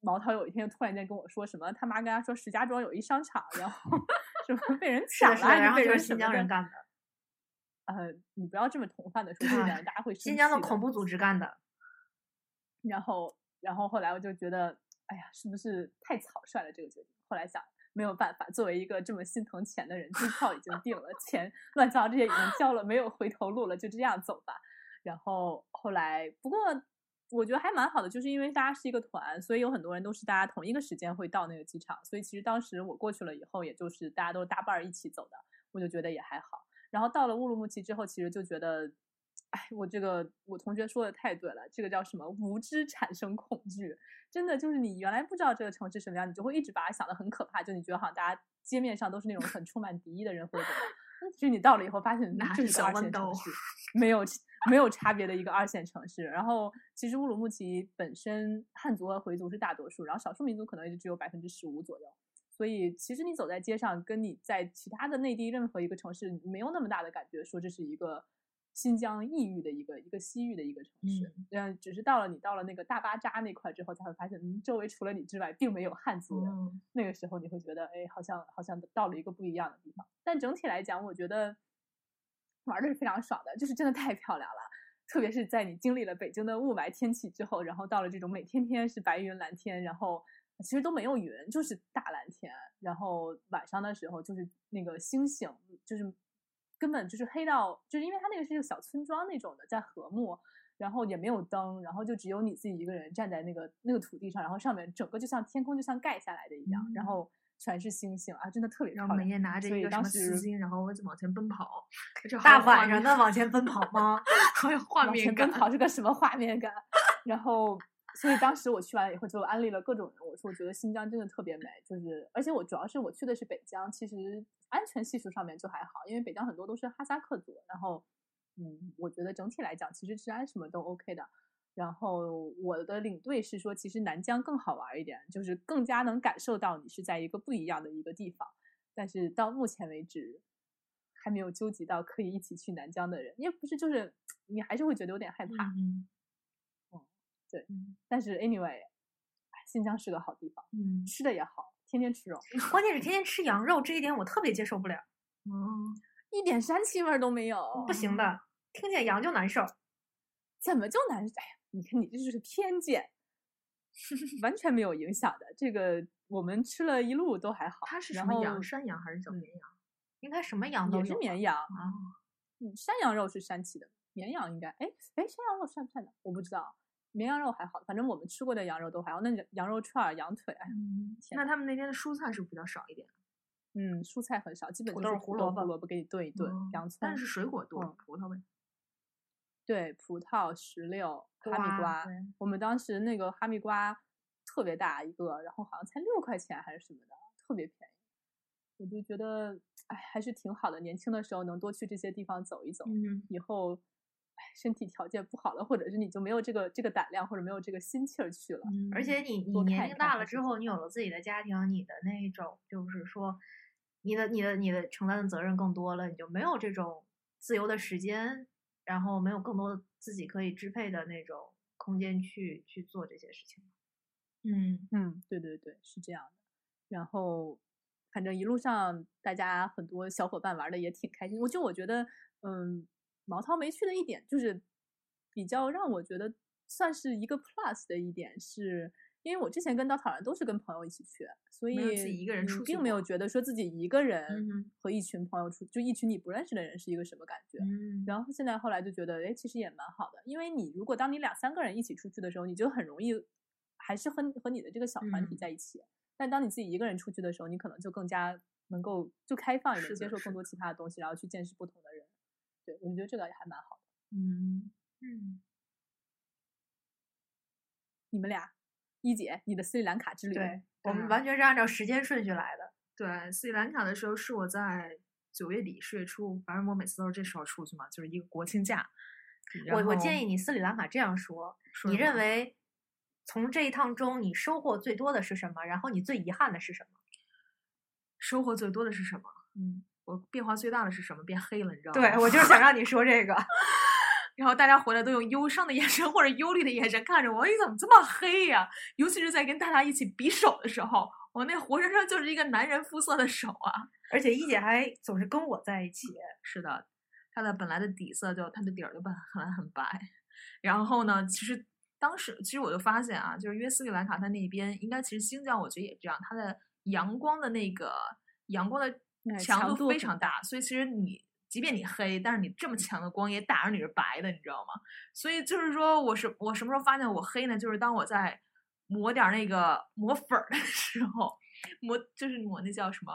[SPEAKER 3] 毛涛有一天突然间跟我说什么，他妈跟他说石家庄有一商场，然后什么被人
[SPEAKER 1] 是
[SPEAKER 3] 抢
[SPEAKER 1] 的
[SPEAKER 3] 了，
[SPEAKER 1] 是的，然后
[SPEAKER 3] 被
[SPEAKER 1] 就
[SPEAKER 3] 人
[SPEAKER 1] 是
[SPEAKER 3] 什
[SPEAKER 1] 新
[SPEAKER 3] 么
[SPEAKER 1] 疆人
[SPEAKER 3] 的
[SPEAKER 1] 干的，
[SPEAKER 3] 呃，你不要这么同泛的说新疆人，大家会生
[SPEAKER 1] 新疆的
[SPEAKER 3] 气
[SPEAKER 1] 恐怖组织干的，
[SPEAKER 3] 然后，然后后来我就觉得，哎呀，是不是太草率了这个决定？后来想，没有办法，作为一个这么心疼钱的人，机票已经定了，钱乱七八糟这些已经交了，没有回头路了，就这样走吧。然后后来，不过我觉得还蛮好的，就是因为大家是一个团，所以有很多人都是大家同一个时间会到那个机场，所以其实当时我过去了以后，也就是大家都是搭伴儿一起走的，我就觉得也还好。然后到了乌鲁木齐之后，其实就觉得，哎，我这个我同学说的太对了，这个叫什么无知产生恐惧，真的就是你原来不知道这个城市什么样，你就会一直把它想的很可怕，就你觉得好像大家街面上都是那种很充满敌意的人或者怎么样。其实你到了以后，发现
[SPEAKER 2] 拿
[SPEAKER 3] 这
[SPEAKER 2] 着
[SPEAKER 3] 是个
[SPEAKER 2] 小
[SPEAKER 3] 二
[SPEAKER 2] 弯
[SPEAKER 3] 线
[SPEAKER 2] 刀
[SPEAKER 3] 城市，没有没有差别的一个二线城市。然后，其实乌鲁木齐本身汉族和回族是大多数，然后少数民族可能也就只有百分之十五左右。所以，其实你走在街上，跟你在其他的内地任何一个城市没有那么大的感觉，说这是一个新疆异域的一个一个西域的一个城市。嗯，只是到了你到了那个大巴扎那块之后，才会发现，嗯，周围除了你之外，并没有汉族人。
[SPEAKER 2] 嗯，
[SPEAKER 3] 那个时候你会觉得，哎，好像好像到了一个不一样的地方。但整体来讲，我觉得玩的是非常爽的，就是真的太漂亮了。特别是在你经历了北京的雾霾天气之后，然后到了这种每天天是白云蓝天，然后其实都没有云，就是大蓝天。然后晚上的时候就是那个星星，就是根本就是黑到，就是因为它那个是一个小村庄那种的，在禾木，然后也没有灯，然后就只有你自己一个人站在那个那个土地上，然后上面整个就像天空就像盖下来的一样，然
[SPEAKER 2] 嗯
[SPEAKER 3] 后全是星星啊，真的特别漂
[SPEAKER 2] 然
[SPEAKER 3] 亮。
[SPEAKER 2] 后每夜拿着
[SPEAKER 3] 所
[SPEAKER 2] 一
[SPEAKER 3] 以
[SPEAKER 2] 个什
[SPEAKER 3] 当
[SPEAKER 2] 么丝
[SPEAKER 3] 时
[SPEAKER 2] 巾，然后我就往前奔跑，这好
[SPEAKER 4] 大
[SPEAKER 2] 有画
[SPEAKER 4] 晚上
[SPEAKER 2] 面
[SPEAKER 4] 的，往前奔跑吗？
[SPEAKER 2] 好有画
[SPEAKER 3] 往
[SPEAKER 2] 面
[SPEAKER 3] 前奔
[SPEAKER 2] 感。
[SPEAKER 3] 跑是个什么画面感？然后，所以当时我去完了以后，就安利了各种人。我说，我觉得新疆真的特别美，就是而且我主要是我去的是北疆，其实安全系数上面就还好，因为北疆很多都是哈萨克族，然后，嗯，我觉得整体来讲，其实治安什么都 OK 的。然后我的领队是说，其实南疆更好玩一点，就是更加能感受到你是在一个不一样的一个地方。但是到目前为止，还没有纠集到可以一起去南疆的人，因为不是就是你还是会觉得有点害怕。
[SPEAKER 2] 嗯
[SPEAKER 3] 但是 anyway，哎新疆是个好地方，
[SPEAKER 2] 嗯
[SPEAKER 3] 吃的也好，天天吃肉，
[SPEAKER 4] 关键是天天吃羊肉，这一点我特别接受不了，
[SPEAKER 2] 嗯，
[SPEAKER 3] 一点膻气味儿都没有，
[SPEAKER 4] 不行的，听见羊就难受。
[SPEAKER 3] 怎么就难？哎呀，你看你这就是偏 见，完全没有影响的。这个我们吃了一路都还好。
[SPEAKER 2] 它是什
[SPEAKER 3] 然
[SPEAKER 2] 么羊？
[SPEAKER 3] 后
[SPEAKER 2] 山羊还是小
[SPEAKER 4] 嗯
[SPEAKER 2] 绵羊？
[SPEAKER 4] 应该什么羊都
[SPEAKER 3] 也
[SPEAKER 4] 有
[SPEAKER 3] 是
[SPEAKER 4] 吧。
[SPEAKER 3] 绵羊，
[SPEAKER 2] 啊，
[SPEAKER 3] 嗯山羊肉是膻气的，绵羊应该，哎哎，山羊肉膻不膻的？我不知道，绵羊肉还好，反正我们吃过的羊肉都还好。那羊羊肉串儿、羊腿，哎呀
[SPEAKER 2] 嗯
[SPEAKER 3] 天
[SPEAKER 2] 那他们那边的蔬菜是比较少一点，
[SPEAKER 3] 嗯，蔬菜很少，基本
[SPEAKER 4] 土
[SPEAKER 3] 就
[SPEAKER 4] 豆
[SPEAKER 3] 是
[SPEAKER 4] 儿胡
[SPEAKER 3] 土
[SPEAKER 4] 萝
[SPEAKER 3] 豆、
[SPEAKER 4] 卜哦
[SPEAKER 3] 胡萝卜给你炖一炖，
[SPEAKER 2] 嗯
[SPEAKER 3] 洋葱，
[SPEAKER 2] 但是水果多
[SPEAKER 3] 嗯，
[SPEAKER 2] 葡萄呗。
[SPEAKER 3] 对，葡萄、石榴、哈密
[SPEAKER 4] 瓜
[SPEAKER 3] 瓜
[SPEAKER 2] 对。
[SPEAKER 3] 我们当时那个哈密瓜特别大一个，然后好像才六块钱还是什么的，特别便宜。我就觉得，哎，还是挺好的。年轻的时候能多去这些地方走一走，
[SPEAKER 4] 嗯，
[SPEAKER 3] 以后哎身体条件不好了，或者是你就没有这个这个胆量，或者没有这个心气儿去了。
[SPEAKER 4] 而且你你
[SPEAKER 3] 多
[SPEAKER 4] 年
[SPEAKER 3] 看一
[SPEAKER 4] 龄大
[SPEAKER 3] 看还
[SPEAKER 4] 了
[SPEAKER 3] 是
[SPEAKER 4] 之
[SPEAKER 3] 挺
[SPEAKER 4] 后，你有了自己的家庭，你的那种就是说，你的你的你的承担的责任更多了，你就没有这种自由的时间，然后没有更多的自己可以支配的那种空间去去做这些事情。
[SPEAKER 2] 嗯，
[SPEAKER 3] 嗯，对对对，是这样的。然后，反正一路上大家很多小伙伴玩的也挺开心。我就我觉得，嗯，毛涛没去的一点就是比较让我觉得算是一个 plus 的一点是。因为我之前跟稻草人都是跟朋友一起去，所以
[SPEAKER 2] 没有自己一个人
[SPEAKER 3] 嗯
[SPEAKER 2] 出去
[SPEAKER 3] 并没
[SPEAKER 2] 过
[SPEAKER 3] 有觉得说自己一个
[SPEAKER 4] 嗯
[SPEAKER 3] 人
[SPEAKER 4] 哼
[SPEAKER 3] 和一群朋友出，就一群你不认识的人是一个什么感觉。
[SPEAKER 4] 嗯，
[SPEAKER 3] 然后现在后来就觉得，哎，其实也蛮好的，因为你如果当你两三个人一起出去的时候，你就很容易还是和你和你的这个小团体
[SPEAKER 2] 嗯
[SPEAKER 3] 在一起。但当你自己一个人出去的时候，你可能就更加能够就开放一点，
[SPEAKER 2] 是
[SPEAKER 3] 接
[SPEAKER 2] 的
[SPEAKER 3] 受
[SPEAKER 2] 是
[SPEAKER 3] 更多其他的东西，然后去见识不同的人。对，我觉得这个也还蛮好的。
[SPEAKER 2] 嗯，
[SPEAKER 4] 嗯，
[SPEAKER 3] 你们俩，一姐，你的斯里兰卡之旅，
[SPEAKER 4] 对，我们
[SPEAKER 2] 啊
[SPEAKER 4] 完全是按照时间顺序来的。
[SPEAKER 2] 对，斯里兰卡的时候是我在九月底十月初，反正我每次都是这时候出去嘛，就是一个国庆假。
[SPEAKER 4] 我我建
[SPEAKER 2] 议
[SPEAKER 4] 议你斯里兰卡这样说：
[SPEAKER 2] 说
[SPEAKER 4] 你
[SPEAKER 2] 什
[SPEAKER 4] 认
[SPEAKER 2] 么
[SPEAKER 4] 为从这一趟中你收获最多的是什么？然后你最遗憾的是什么？
[SPEAKER 2] 收获最多的是什么？嗯，我变化最大的是什么？变黑了，你知道吗？
[SPEAKER 4] 对我就是想 让你说这个。
[SPEAKER 2] 然后大家回来都用忧伤的眼神或者忧虑的眼神看着我，哎，怎么这么黑呀、尤其是在跟大家一起比手的时候，我那活生生就是一个男人肤色的手啊！
[SPEAKER 4] 而且一姐还总是跟我在一起，
[SPEAKER 2] 是的，它的本来的底色就它的底儿就本来 很白，然后呢，其实当时其实我就发现啊，就是约斯里兰卡它那边应该其实新疆我觉得也这样，它的阳光的那个阳光的
[SPEAKER 3] 哎
[SPEAKER 2] 强
[SPEAKER 3] 强
[SPEAKER 2] 度
[SPEAKER 3] 度
[SPEAKER 2] 非
[SPEAKER 3] 很
[SPEAKER 2] 常
[SPEAKER 3] 大
[SPEAKER 2] 大，所以其实你。即便你黑，但是你这么强的光也打着你是白的，你知道吗？所以就是说，我是我什么时候发现我黑呢？就是当我在抹点儿那个抹粉儿的时候， 抹就是抹那叫什么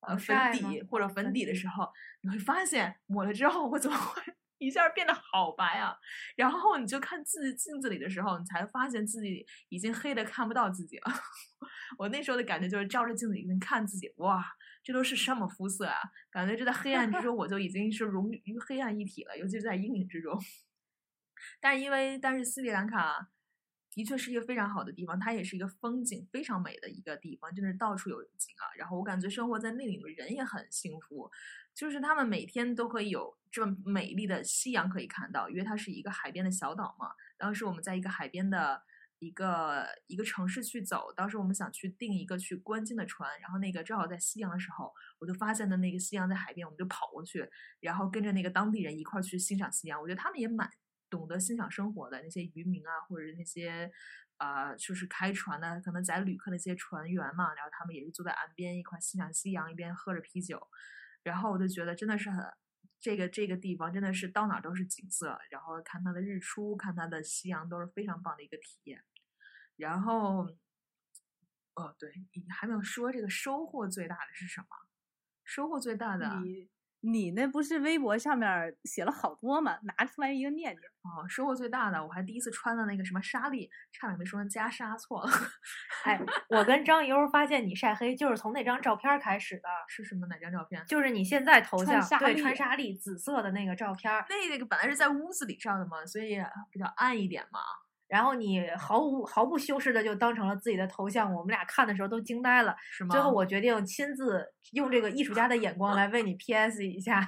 [SPEAKER 2] 呃
[SPEAKER 4] 防
[SPEAKER 2] 粉
[SPEAKER 4] 晒
[SPEAKER 2] 底
[SPEAKER 4] 吗
[SPEAKER 2] 或者粉
[SPEAKER 4] 粉
[SPEAKER 2] 底的时候，你会发现抹了之后我怎么会 一下变得好白啊？然后你就看自己镜子里的时候，你才发现自己已经黑的看不到自己了。 我那时候的感觉就是照着镜子里面看自己，哇，这都是什么肤色啊？感觉这在黑暗之中，我就已经是融于黑暗一体了，尤其是在阴影之中。但是因为，但是斯里兰卡的确是一个非常好的地方，它也是一个风景非常美的一个地方，真的是到处有景啊。然后我感觉生活在那里的人也很幸福，就是他们每天都会有这么美丽的夕阳可以看到，因为它是一个海边的小岛嘛。当时我们在一个海边的一个一个城市去走，当时我们想去订一个去观鲸的船，然后那个正好在夕阳的时候，我就发现了那个夕阳在海边，我们就跑过去，然后跟着那个当地人一块儿去欣赏夕阳。我觉得他们也蛮懂得欣赏生活的，那些渔民啊，或者是那些啊、呃就是开船的，可能载旅客那些船员嘛，然后他们也是坐在岸边一块儿欣赏夕阳，一边喝着啤酒。然后我就觉得真的是很，这个这个地方真的是到哪儿都是景色，然后看它的日出，看它的夕阳都是非常棒的一个体验。然后，哦对，你还没有说这个收获最大的是什么？收获最大的
[SPEAKER 3] 你你那不是微博上面儿写了好多嘛，拿出来一个念念，
[SPEAKER 2] 哦，收获最大的，我还第一次穿了那个什么纱丽，差点没说成袈裟错了，
[SPEAKER 4] 哎，我跟张油发现你晒黑就是从那张照片儿开始的，
[SPEAKER 2] 是什么哪张照片？
[SPEAKER 4] 就是你现在头
[SPEAKER 3] 穿
[SPEAKER 4] 像
[SPEAKER 3] 纱
[SPEAKER 4] 对
[SPEAKER 3] 丽
[SPEAKER 4] 穿纱丽紫色的那个照片儿，
[SPEAKER 2] 那个本来是在屋子里照的嘛，所以比较暗一点嘛。
[SPEAKER 4] 然后你毫无毫不修饰的就当成了自己的头像，我们俩看的时候都惊呆了。
[SPEAKER 2] 是吗？
[SPEAKER 4] 最后我决定亲自用这个艺术家的眼光来 为你 PS 一下。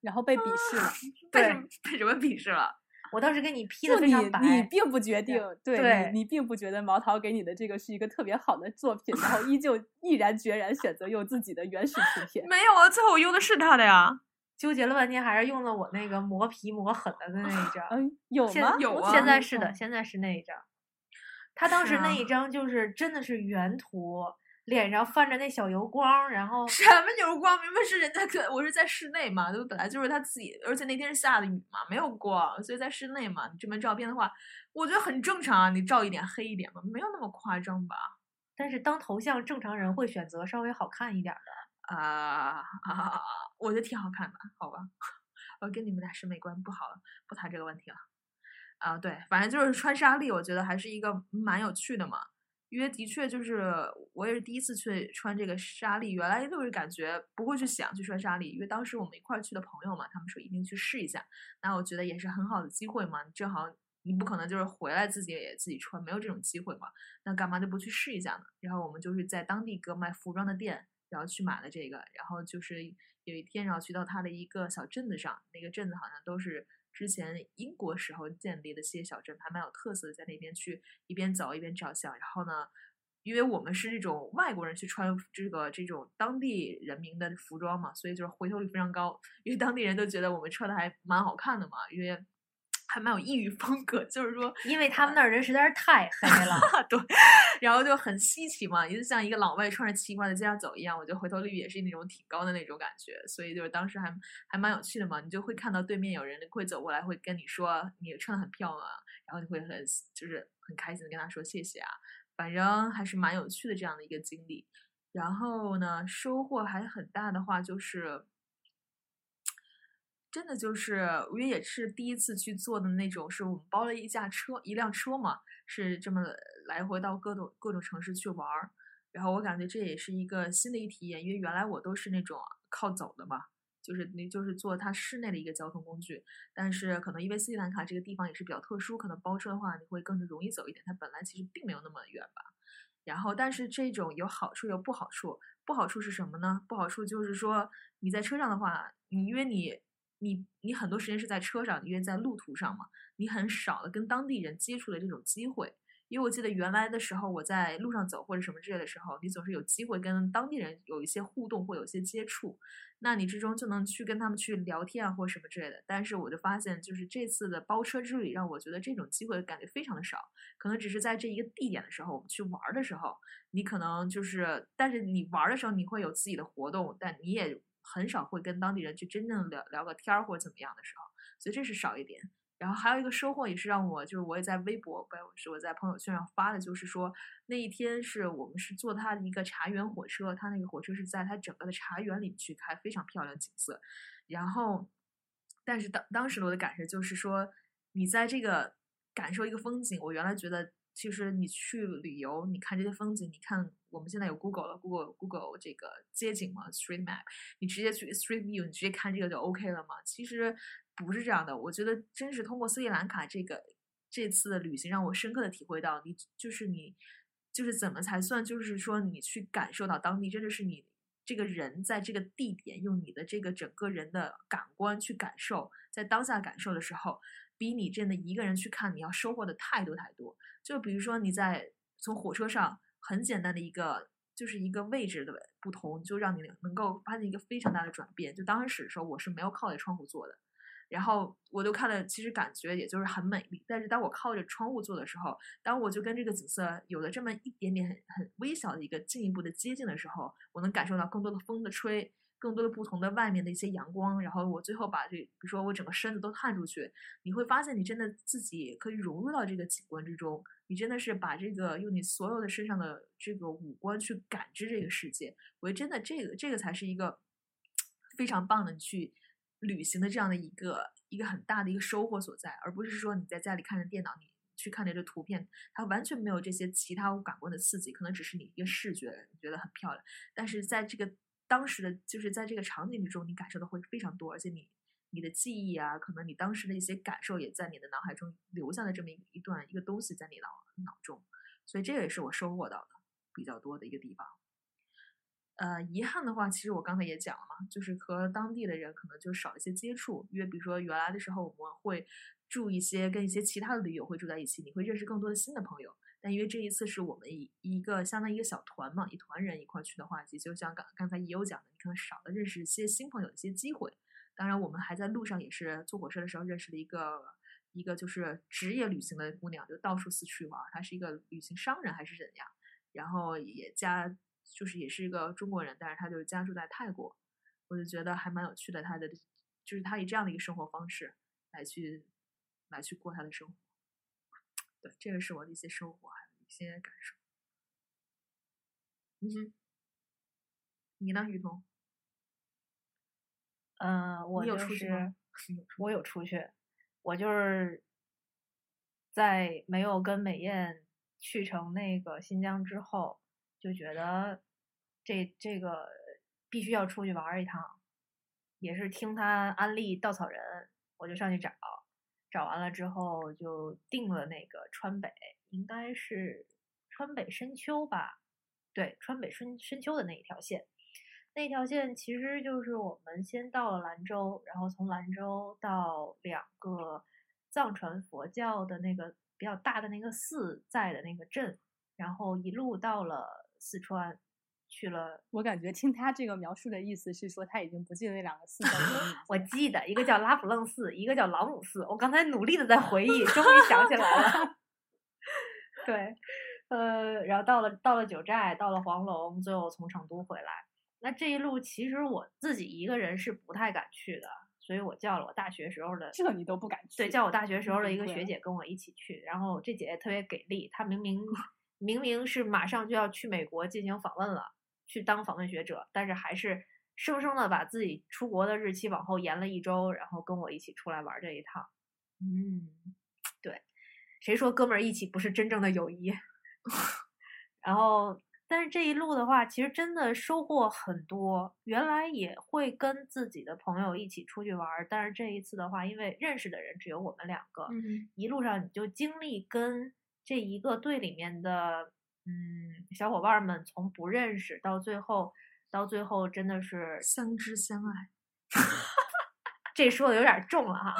[SPEAKER 3] 然后被鄙视了。
[SPEAKER 2] 被
[SPEAKER 4] 对
[SPEAKER 2] 什么被什么鄙视了？
[SPEAKER 4] 我当时给你 P
[SPEAKER 3] 就
[SPEAKER 4] 的非
[SPEAKER 3] 你
[SPEAKER 4] 常白，
[SPEAKER 3] 你并不决定，对
[SPEAKER 4] 对
[SPEAKER 3] 你，你并不觉得毛桃给你的这个是一个特别好的作品，然后依 旧毅然决然选择用自己的原始图片。
[SPEAKER 2] 没有啊，最后我用的是他的 呀。
[SPEAKER 4] 纠结了半天还是用了我那个磨皮磨狠了的那一张。
[SPEAKER 3] 嗯，有
[SPEAKER 4] 现
[SPEAKER 3] 吗？
[SPEAKER 2] 有
[SPEAKER 3] 我
[SPEAKER 2] 啊
[SPEAKER 4] 现
[SPEAKER 3] 怎么
[SPEAKER 4] 在
[SPEAKER 3] 没
[SPEAKER 4] 是的，
[SPEAKER 3] 看
[SPEAKER 4] 现在是那一张。他当时
[SPEAKER 2] 是
[SPEAKER 4] 那
[SPEAKER 2] 啊
[SPEAKER 4] 一张就是真的是原图，脸上泛着那小油光，然后
[SPEAKER 2] 什么牛光？明明是人家可我是在室内嘛，就本来就是他自己，而且那天是下的雨嘛，没有光，所以在室内嘛。你这边照片的话，我觉得很正常啊，你照一点黑一点嘛，没有那么夸张吧？
[SPEAKER 4] 但是当头像正常人会选择稍微好看一点儿的。
[SPEAKER 2] 啊啊！我觉得挺好看的，好吧？ 我跟你们俩审美观不好了，不谈这个问题了。啊，对，反正就是穿沙粒，我觉得还是一个蛮有趣的嘛。因为的确就是我也是第一次去穿这个沙粒，原来就是感觉不会去想去穿沙粒，因为当时我们一块儿去的朋友嘛，他们说一定去试一下。那我觉得也是很好的机会嘛，正好你不可能就是回来自己也自己穿，没有这种机会嘛。那干嘛就不去试一下呢？然后我们就是在当地一个卖服装的店，然后去买了这个，然后就是有一天，然后去到它的一个小镇子上，那个镇子好像都是之前英国时候建立的一些小镇，还蛮有特色的，在那边去一边走一边照相，然后呢。因为我们是这种外国人去穿这个这种当地人民的服装嘛，所以就是回头率非常高。因为当地人都觉得我们穿的还蛮好看的嘛，因为还蛮有异域风格， 就是说
[SPEAKER 4] 因为他们那儿人实在是太黑了，
[SPEAKER 2] 对，然后就很稀奇嘛，也就像一个老外穿着奇怪的在街上走一样，我觉得回头率也是那种挺高的那种感觉，所以就是当时还还蛮有趣的嘛，你就会看到对面有人会走过来，会跟你说你穿的很漂亮啊，然后你会很就是很开心的跟他说谢谢啊，反正还是蛮有趣的这样的一个经历。然后呢，收获还很大的话就是。真的就是，我也是第一次去做的那种，是我们包了一架车，一辆车嘛，是这么来回到各种各种城市去玩儿。然后我感觉这也是一个新的一体验，因为原来我都是那种靠走的嘛，就是你就是坐它室内的一个交通工具。但是可能因为斯里兰卡这个地方也是比较特殊，可能包车的话你会更容易走一点，它本来其实并没有那么远吧。然后，但是这种有好处有不好处，不好处是什么呢？不好处就是说你在车上的话，你因为你你你很多时间是在车上，因为在路途上嘛，你很少的跟当地人接触的这种机会。因为我记得原来的时候，我在路上走或者什么之类的时候，你总是有机会跟当地人有一些互动或有一些接触，那你之中就能去跟他们去聊天啊或什么之类的。但是我就发现，就是这次的包车之旅让我觉得这种机会感觉非常的少，可能只是在这一个地点的时候，我们去玩儿的时候，你可能就是，但是你玩儿的时候你会有自己的活动，但你也很少会跟当地人去真正聊聊个天儿或者怎么样的时候，所以这是少一点。然后还有一个收获也是让我，就是我也在微博，不是我在朋友圈上发的，就是说那一天是我们是坐他的一个茶园火车，他那个火车是在他整个的茶园里去开，非常漂亮景色。然后，但是当当时我的感受就是说，你在这个感受一个风景，我原来觉得其实你去旅游，你看这些风景，你看我们现在有 Google 了，Google Google 这个街景嘛，Street Map，你直接去 Street View，你直接看这个就 OK 了嘛？其实不是这样的，我觉得真是通过斯里兰卡这个这次的旅行，让我深刻的体会到，你就是你就是怎么才算，就是说你去感受到当地，真的是你这个人在这个地点，用你的这个整个人的感官去感受，在当下感受的时候，比你真的一个人去看，你要收获的太多太多。就比如说你在从火车上很简单的一个就是一个位置的不同，就让你能够发现一个非常大的转变。就当时的时候，我是没有靠在窗户坐的，然后我就看了，其实感觉也就是很美丽。但是当我靠着窗户坐的时候，当我就跟这个景色有了这么一点点很很微小的一个进一步的接近的时候，我能感受到更多的风的吹。更多的不同的外面的一些阳光，然后我最后把这，比如说我整个身子都探出去，你会发现你真的自己可以融入到这个景观之中，你真的是把这个用你所有的身上的这个五官去感知这个世界。我觉得真的这个这个才是一个非常棒的你去旅行的这样的一个一个很大的一个收获所在，而不是说你在家里看着电脑你。去看着这图片，它完全没有这些其他感官的刺激，可能只是你一个视觉，你觉得很漂亮，但是在这个当时的就是在这个场景之中，你感受的会非常多，而且你你的记忆啊，可能你当时的一些感受也在你的脑海中留下了这么一一段一个东西在你脑脑中，所以这个也是我收获到的比较多的一个地方。呃，遗憾的话，其实我刚才也讲了嘛，就是和当地的人可能就少一些接触，因为比如说原来的时候我们会住一些跟一些其他的驴友会住在一起，你会认识更多的新的朋友。但因为这一次是我们一一个相当于一个小团嘛，一团人一块去的话，也就像刚刚才也有讲的，你可能少了认识一些新朋友的一些机会。当然，我们还在路上也是坐火车的时候认识了一个一个就是职业旅行的姑娘，就到处四处玩。她是一个旅行商人还是怎样，然后也家就是也是一个中国人，但是她就是家住在泰国，我就觉得还蛮有趣的。她的就是她以这样的一个生活方式来去来去过她的生活。对，这个是我的一些收获，还有一些感受。嗯哼，你呢，雨桐？
[SPEAKER 1] 嗯、我
[SPEAKER 2] 你有
[SPEAKER 1] 就
[SPEAKER 2] 出去
[SPEAKER 1] 是
[SPEAKER 2] 吗？你有出
[SPEAKER 1] 我有出去，我就是在没有跟美艳去成那个新疆之后，就觉得这这个必须要出去玩儿一趟，也是听他安利稻草人，我就上去找，找完了之后就定了那个川北，应该是川北深秋吧，对，川北深深秋的那一条线。那条线其实就是我们先到了兰州，然后从兰州到两个藏传佛教的那个比较大的那个寺在的那个镇，然后一路到了四川，去了
[SPEAKER 3] 我感觉听他这个描述的意思是说，他已经不记得那两个寺叫什么 名字
[SPEAKER 1] 我记得一个叫拉卜楞寺，一个叫朗姆寺。我刚才努力的在回忆，终于想起来了。 对，呃，然后到了到了九寨，到了黄龙，最后从成都回来。那这一路其实我自己一个人是不太敢去的，所以我叫了我大学时候的
[SPEAKER 3] 这你都不敢去？
[SPEAKER 1] 对，叫我大学时
[SPEAKER 3] 你
[SPEAKER 1] 候的
[SPEAKER 3] 崩
[SPEAKER 1] 一个
[SPEAKER 3] 溃
[SPEAKER 1] 学
[SPEAKER 3] 了
[SPEAKER 1] 姐跟我一起去，然后这姐姐特别给力，她明明明明是马上就要去美国进行访问了，去当访问学者，但是还是生生的把自己出国的日期往后延了一周，然后跟我一起出来玩儿这一趟。嗯，对，谁说哥们儿义气不是真正的友谊？然后，但是这一路的话，其实真的收获很多。原来也会跟自己的朋友一起出去玩儿，但是这一次的话，因为认识的人只有我们两个，
[SPEAKER 2] 嗯哼，
[SPEAKER 1] 一路上你就经历跟这一个队里面的嗯小伙伴儿们从不认识到最后，到最后真的是
[SPEAKER 2] 相知相爱，
[SPEAKER 1] 这说的有点儿重了哈，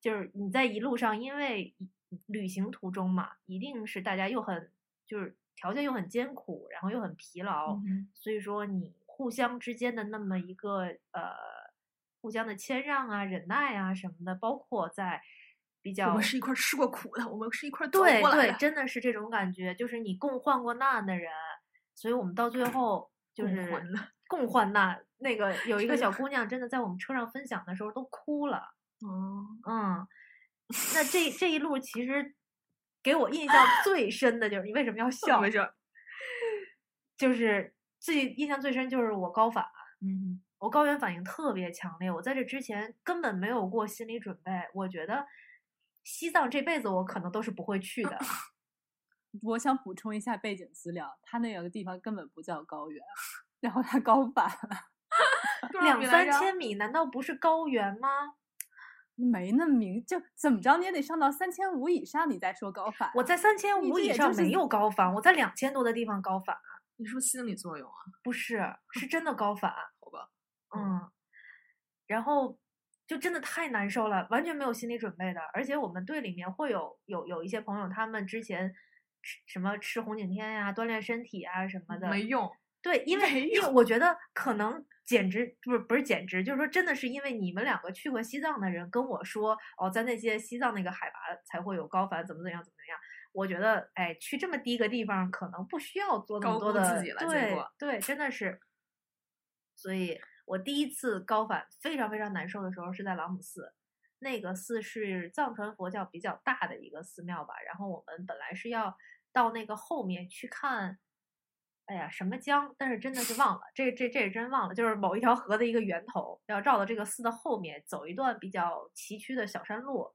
[SPEAKER 1] 就是你在一路上，因为一旅行途中嘛，一定是大家又很就是条件又很艰苦，然后又很疲劳，
[SPEAKER 2] 嗯哼
[SPEAKER 1] 所以说你互相之间的那么一个呃互相的谦让啊、忍耐啊什么的，包括在比较
[SPEAKER 2] 我们是一块儿吃过苦的，我们是一块儿走
[SPEAKER 1] 对
[SPEAKER 2] 过来
[SPEAKER 1] 对，
[SPEAKER 2] 的。
[SPEAKER 1] 真的是 这种感觉，就是你共患过难的人，所以我们到最后就
[SPEAKER 2] 共
[SPEAKER 1] 是
[SPEAKER 2] 患了
[SPEAKER 1] 共患难。那个有一个 小姑娘真的在我们车上分享的时候都哭了。
[SPEAKER 2] 哦，
[SPEAKER 1] 嗯，那这这一路其实给我印象最深的就是你为 什么要笑
[SPEAKER 2] 没？事儿，
[SPEAKER 1] 就是最印象最深就是我高反，
[SPEAKER 2] 嗯
[SPEAKER 1] 我高原反应特别强烈，我在这之前根本没有过心理准备。我觉得西藏这辈子我可能都是不会去的。
[SPEAKER 3] 我想补充一下背景资料，他那有个地方根本不叫高原，然后他高反了，
[SPEAKER 2] 哼，多少
[SPEAKER 1] 两
[SPEAKER 2] 米来
[SPEAKER 1] 三
[SPEAKER 2] 着
[SPEAKER 1] 千米难道不是高原吗？
[SPEAKER 3] 没那么明，就怎么着你也得上到三千五以上，你再说高反。
[SPEAKER 1] 我在三千
[SPEAKER 3] 你
[SPEAKER 1] 五
[SPEAKER 3] 这
[SPEAKER 1] 以
[SPEAKER 3] 也
[SPEAKER 1] 上
[SPEAKER 3] 就是
[SPEAKER 1] 没有高反，我在两千多的地方高反，
[SPEAKER 2] 你是不是心理作用啊？
[SPEAKER 1] 不是，是真的高反。
[SPEAKER 2] 好吧，
[SPEAKER 1] 嗯，然后就真的太难受了，完全没有心理准备的。而且我们队里面会有有有一些朋友，他们之前吃什么吃红景天呀、锻炼身体啊什么的，
[SPEAKER 2] 没用，
[SPEAKER 1] 对，因为因为我觉得可能简直不是不是简直，就是说真的是因为你们两个去过西藏的人跟我说，哦，在那些西藏那个海拔才会有高反，怎么怎么样怎么样。我觉得，哎，去这么低个地方，可能不需要做那么
[SPEAKER 2] 高
[SPEAKER 1] 多
[SPEAKER 2] 估自
[SPEAKER 1] 的
[SPEAKER 2] 己，了结
[SPEAKER 1] 对
[SPEAKER 2] 果
[SPEAKER 1] 对，真的是。所以我第一次高反非常非常难受的时候是在朗姆寺，那个寺是藏传佛教比较大的一个寺庙吧。然后我们本来是要到那个后面去看，哎呀什么江，但是真的是忘了，这这这是真忘了，就是某一条河的一个源头，要绕到这个寺的后面走一段比较崎岖的小山路。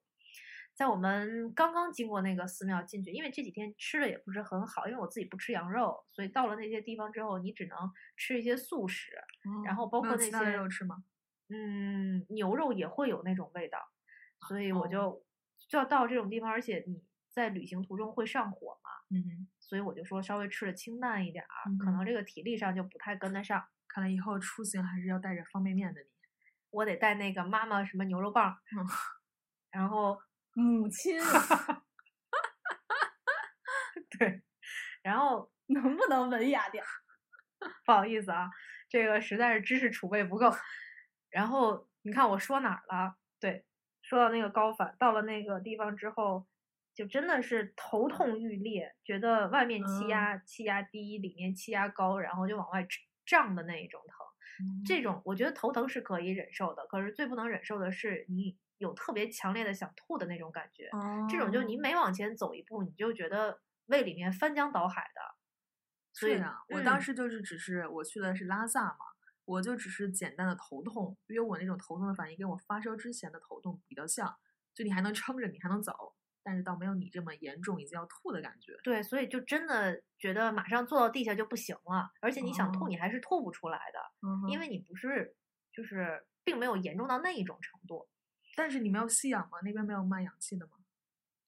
[SPEAKER 1] 在我们刚刚经过那个寺庙进去，因为这几天吃的也不是很好，因为我自己不吃羊肉，所以到了那些地方之后，你只能吃一些素食，然
[SPEAKER 2] 哦
[SPEAKER 1] 后包
[SPEAKER 2] 没
[SPEAKER 1] 括
[SPEAKER 2] 有
[SPEAKER 1] 那
[SPEAKER 2] 其他的
[SPEAKER 1] 些
[SPEAKER 2] 肉吃吗？
[SPEAKER 1] 嗯，牛肉也会有那种味道，所以我
[SPEAKER 2] 哦
[SPEAKER 1] 就就要到这种地方，而且你在旅行途中会上火嘛，
[SPEAKER 2] 嗯哼，
[SPEAKER 1] 所以我就说稍微吃的清淡一点儿，可
[SPEAKER 2] 嗯
[SPEAKER 1] 能这个体力上就不太跟得上。
[SPEAKER 2] 看来以后出行还是要带着方便面的你。
[SPEAKER 1] 我得带那个妈妈什么牛肉棒儿，
[SPEAKER 2] 嗯
[SPEAKER 1] 然后
[SPEAKER 3] 母 亲
[SPEAKER 1] 对，然后
[SPEAKER 3] 能不能文雅点儿？
[SPEAKER 1] 不好意思啊，这个实在是知识储备不够。 然后你看我说哪儿了？对，说到那个高反，到了那个地方之后，就真的是头痛欲裂，觉得外面气
[SPEAKER 2] 嗯
[SPEAKER 1] 压、气压低，里面气压高，然后就往外胀的那一种疼。
[SPEAKER 2] 嗯
[SPEAKER 1] 这种我觉得头疼是可以忍受的，可是最不能忍受的是你有特别强烈的想吐的那种感觉。
[SPEAKER 2] 哦
[SPEAKER 1] 这种就你每往前走一步，你就觉得胃里面翻江倒海的。所
[SPEAKER 2] 是
[SPEAKER 1] 以
[SPEAKER 2] 啊，我当
[SPEAKER 1] 嗯
[SPEAKER 2] 时就是只是我去的是拉萨嘛，我就只是简单的头痛，因为我那种头痛的反应跟我发烧之前的头痛比较像，就你还能撑着，你还能走，但是倒没有你这么严重已经要吐的感觉。
[SPEAKER 1] 对，所以就真的觉得马上坐到地下就不行了，而且你想吐，
[SPEAKER 2] 哦
[SPEAKER 1] 你还是吐不出来的，
[SPEAKER 3] 哦
[SPEAKER 2] 嗯
[SPEAKER 1] 因
[SPEAKER 2] 因为
[SPEAKER 1] 为你不是就是并没有严重到那一种程度，
[SPEAKER 2] 但是你们要吸氧吗？那边没有卖氧气的吗？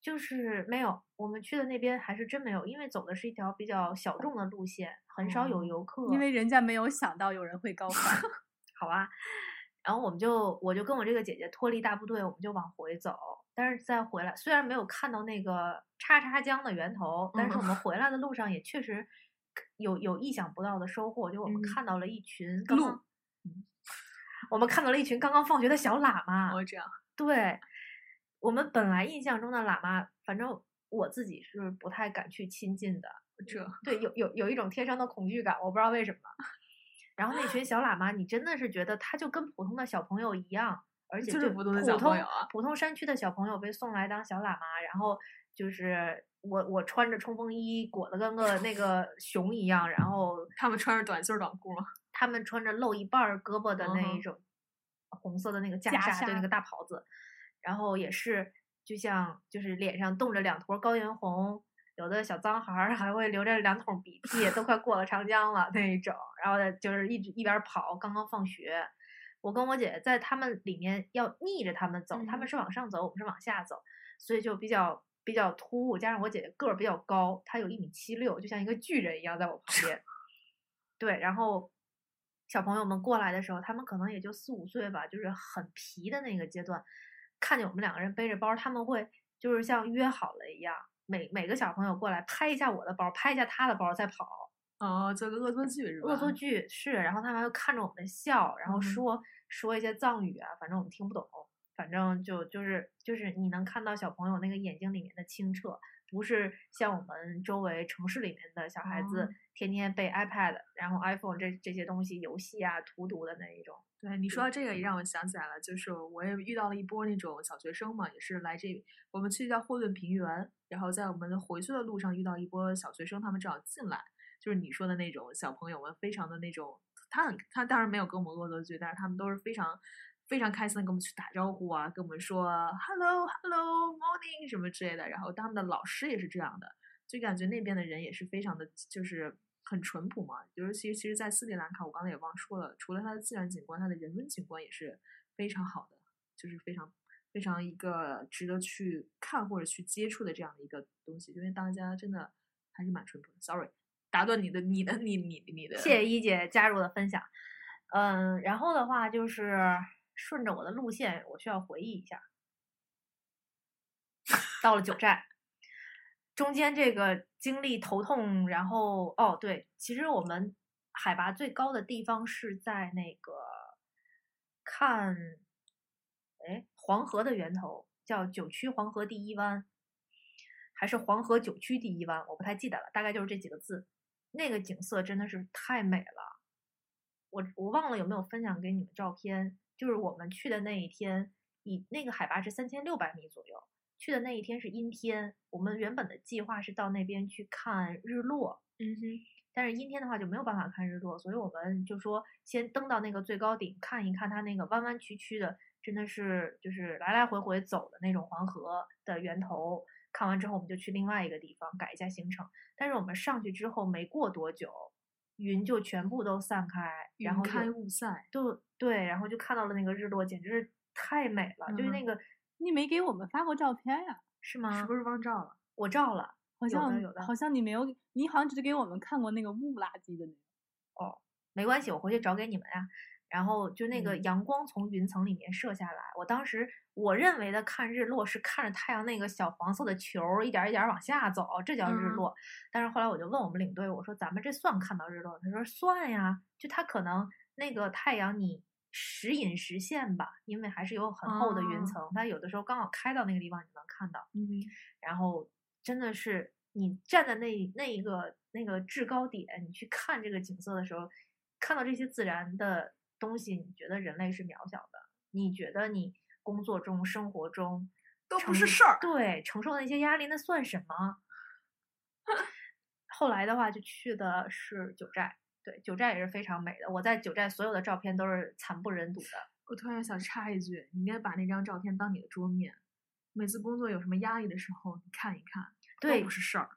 [SPEAKER 1] 就是没有。我们去的那边还是真没有，因为走的是一条比较小众的路线，很少有
[SPEAKER 2] 哦
[SPEAKER 1] 游客。
[SPEAKER 3] 因为人家没有想到有人会高反，
[SPEAKER 1] 好啊，然后我们就我就跟我这个姐姐脱离大部队，我们就往回走。但是再回来，虽然没有看到那个叉叉江的源头，但是我们回来的路上也确实有有意想不到的收获，就我们
[SPEAKER 2] 嗯
[SPEAKER 1] 看到了一群刚
[SPEAKER 2] 鹿
[SPEAKER 1] 刚我们看到了一群刚刚放学的小喇嘛。
[SPEAKER 2] 哦，这样，
[SPEAKER 1] 对，我们本来印象中的喇嘛，反正我自己是不太敢去亲近的。
[SPEAKER 2] 这
[SPEAKER 1] 对，有有有一种天生的恐惧感，我不知道为什么。然后那群小喇嘛，你真的是觉得他就跟普通的小朋友一样，而且
[SPEAKER 2] 就是
[SPEAKER 1] 就
[SPEAKER 2] 普
[SPEAKER 1] 普
[SPEAKER 2] 通的
[SPEAKER 1] 通
[SPEAKER 2] 小朋友啊
[SPEAKER 1] 普通山区的小朋友被送来当小喇嘛，然后就是我我穿着冲锋衣裹得跟个那个熊一样，然后
[SPEAKER 2] 他们穿着短袖儿短裤吗？
[SPEAKER 1] 他们穿着露一半儿胳膊的那
[SPEAKER 2] 嗯
[SPEAKER 1] 一
[SPEAKER 2] 哼
[SPEAKER 1] 种红色的那个袈
[SPEAKER 3] 袈
[SPEAKER 1] 裟，对那
[SPEAKER 3] 裟
[SPEAKER 1] 个大袍子，然后也是就像就是脸上冻着两坨高原红，有的小脏孩儿 还会流着两桶鼻涕，都快过了长江了那一种，然后就是一直一边跑，刚刚放学。我跟我姐在他们里面要逆着他们走，他们
[SPEAKER 3] 嗯
[SPEAKER 1] 是往上走，我们是往下走，所以就比较比较突兀。加上我姐姐个儿比较高，她有一米七六，就像一个巨人一样在我旁边。对，然后小朋友们过来的时候，他们可能也就四五岁吧，就是很皮的那个阶段，看见我们两个人背着包，他们会就是像约好了一样，每每个小朋友过来拍一下我的包，拍一下他的包再跑，
[SPEAKER 2] 哦，这个恶作剧是吧？
[SPEAKER 1] 恶作剧是，然后他们还会看着我们笑，然后
[SPEAKER 2] 嗯
[SPEAKER 1] 说、说一些藏语啊，反正我们听不懂，反正就就是就是你能看到小朋友那个眼睛里面的清澈，不是像我们周围城市里面的小孩子
[SPEAKER 2] 哦
[SPEAKER 1] 天天被 iPad，然后 iPhone 这这些东西游戏啊、荼毒的那一种。
[SPEAKER 2] 对你说到这个，也让我想起来了，就是我也遇到了一波那种小学生嘛，也是来这，我们去叫霍顿平原，然后在我们的回去的路上遇到一波小学生，他们正好进来，就是你说的那种小朋友们，非常的那种，他很他当然没有跟我们恶作剧，但是他们都是非常非常开心的跟我们去打招呼啊，跟我们说 hello hello morning 什么之类的，然后他们的老师也是这样的，就感觉那边的人也是非常的，就是很淳朴嘛。尤其其实，在斯里兰卡，我刚才也忘说了，除了它的自然景观，它的人文景观也是非常好的，就是非常非常一个值得去看或者去接触的这样的一个东西。因为大家真的还是蛮淳朴的。Sorry，打断你的，你的，你你你的，
[SPEAKER 1] 谢谢一姐加入的分享。嗯，然后的话就是顺着我的路线，我需要回忆一下。到了九寨，中间这个经历头痛，然后哦对，其实我们海拔最高的地方是在那个看，哎，黄河的源头叫九曲黄河第一湾，还是黄河九曲第一湾，我不太记得了，大概就是这几个字。那个景色真的是太美了，我我忘了有没有分享给你们照片，就是我们去的那一天，以那个海拔是三千六百米左右，去的那一天是阴天，我们原本的计划是到那边去看日落，嗯哼，但是阴天的话就没有办法看日落，所以我们就说先登到那个最高顶看一看它那个弯弯曲曲的，真的是就是来来回回走的那种黄河的源头。看完之后，我们就去另外一个地方改一下行程。但是我们上去之后没过多久，云就全部都散开，然
[SPEAKER 2] 云
[SPEAKER 1] 后
[SPEAKER 2] 开
[SPEAKER 1] 有
[SPEAKER 2] 雾散，
[SPEAKER 1] 对对，然后就看到了那个日落，简直是太美了，就是
[SPEAKER 2] 嗯
[SPEAKER 1] 那个
[SPEAKER 3] 你没给我们发过照片呀？
[SPEAKER 1] 是吗？
[SPEAKER 2] 是不是忘照了？
[SPEAKER 1] 我照了？
[SPEAKER 3] 好
[SPEAKER 1] 有
[SPEAKER 3] 像
[SPEAKER 1] 的有的
[SPEAKER 3] 好像你没有，你好像只给我们看过那个雾垃圾的那个。
[SPEAKER 1] 没关系，我回去找给你们呀、然后就那个
[SPEAKER 2] 嗯
[SPEAKER 1] 阳光从云层里面射下来，我当时我认为的看日落是看着太阳那个小黄色的球儿一点儿一点儿往下走，这叫日
[SPEAKER 2] 嗯
[SPEAKER 1] 落。但是后来我就问我们领队，我说咱们这算看到日落吗？他说算呀，就它可能那个太阳你时隐时现吧，因为还是有很厚的云
[SPEAKER 2] 哦
[SPEAKER 1] 层，它有的时候刚好开到那个地方你能看到。
[SPEAKER 3] 嗯，
[SPEAKER 1] 然后真的是你站在那那一个那个制高点，你去看这个景色的时候，看到这些自然的东西，你觉得人类是渺小的？你觉得你工作中、生活中
[SPEAKER 2] 都不
[SPEAKER 1] 承
[SPEAKER 2] 是事儿
[SPEAKER 1] 对，承受那些压力那算什么？ 后来的话就去的是九寨，对，九寨也是非常美的。我在九寨所有的照片都是惨不忍睹的。
[SPEAKER 2] 我突然想插一句，你应该把那张照片当你的桌面，每次工作有什么压力的时候，你看一看，都
[SPEAKER 1] 对
[SPEAKER 2] 不是事儿。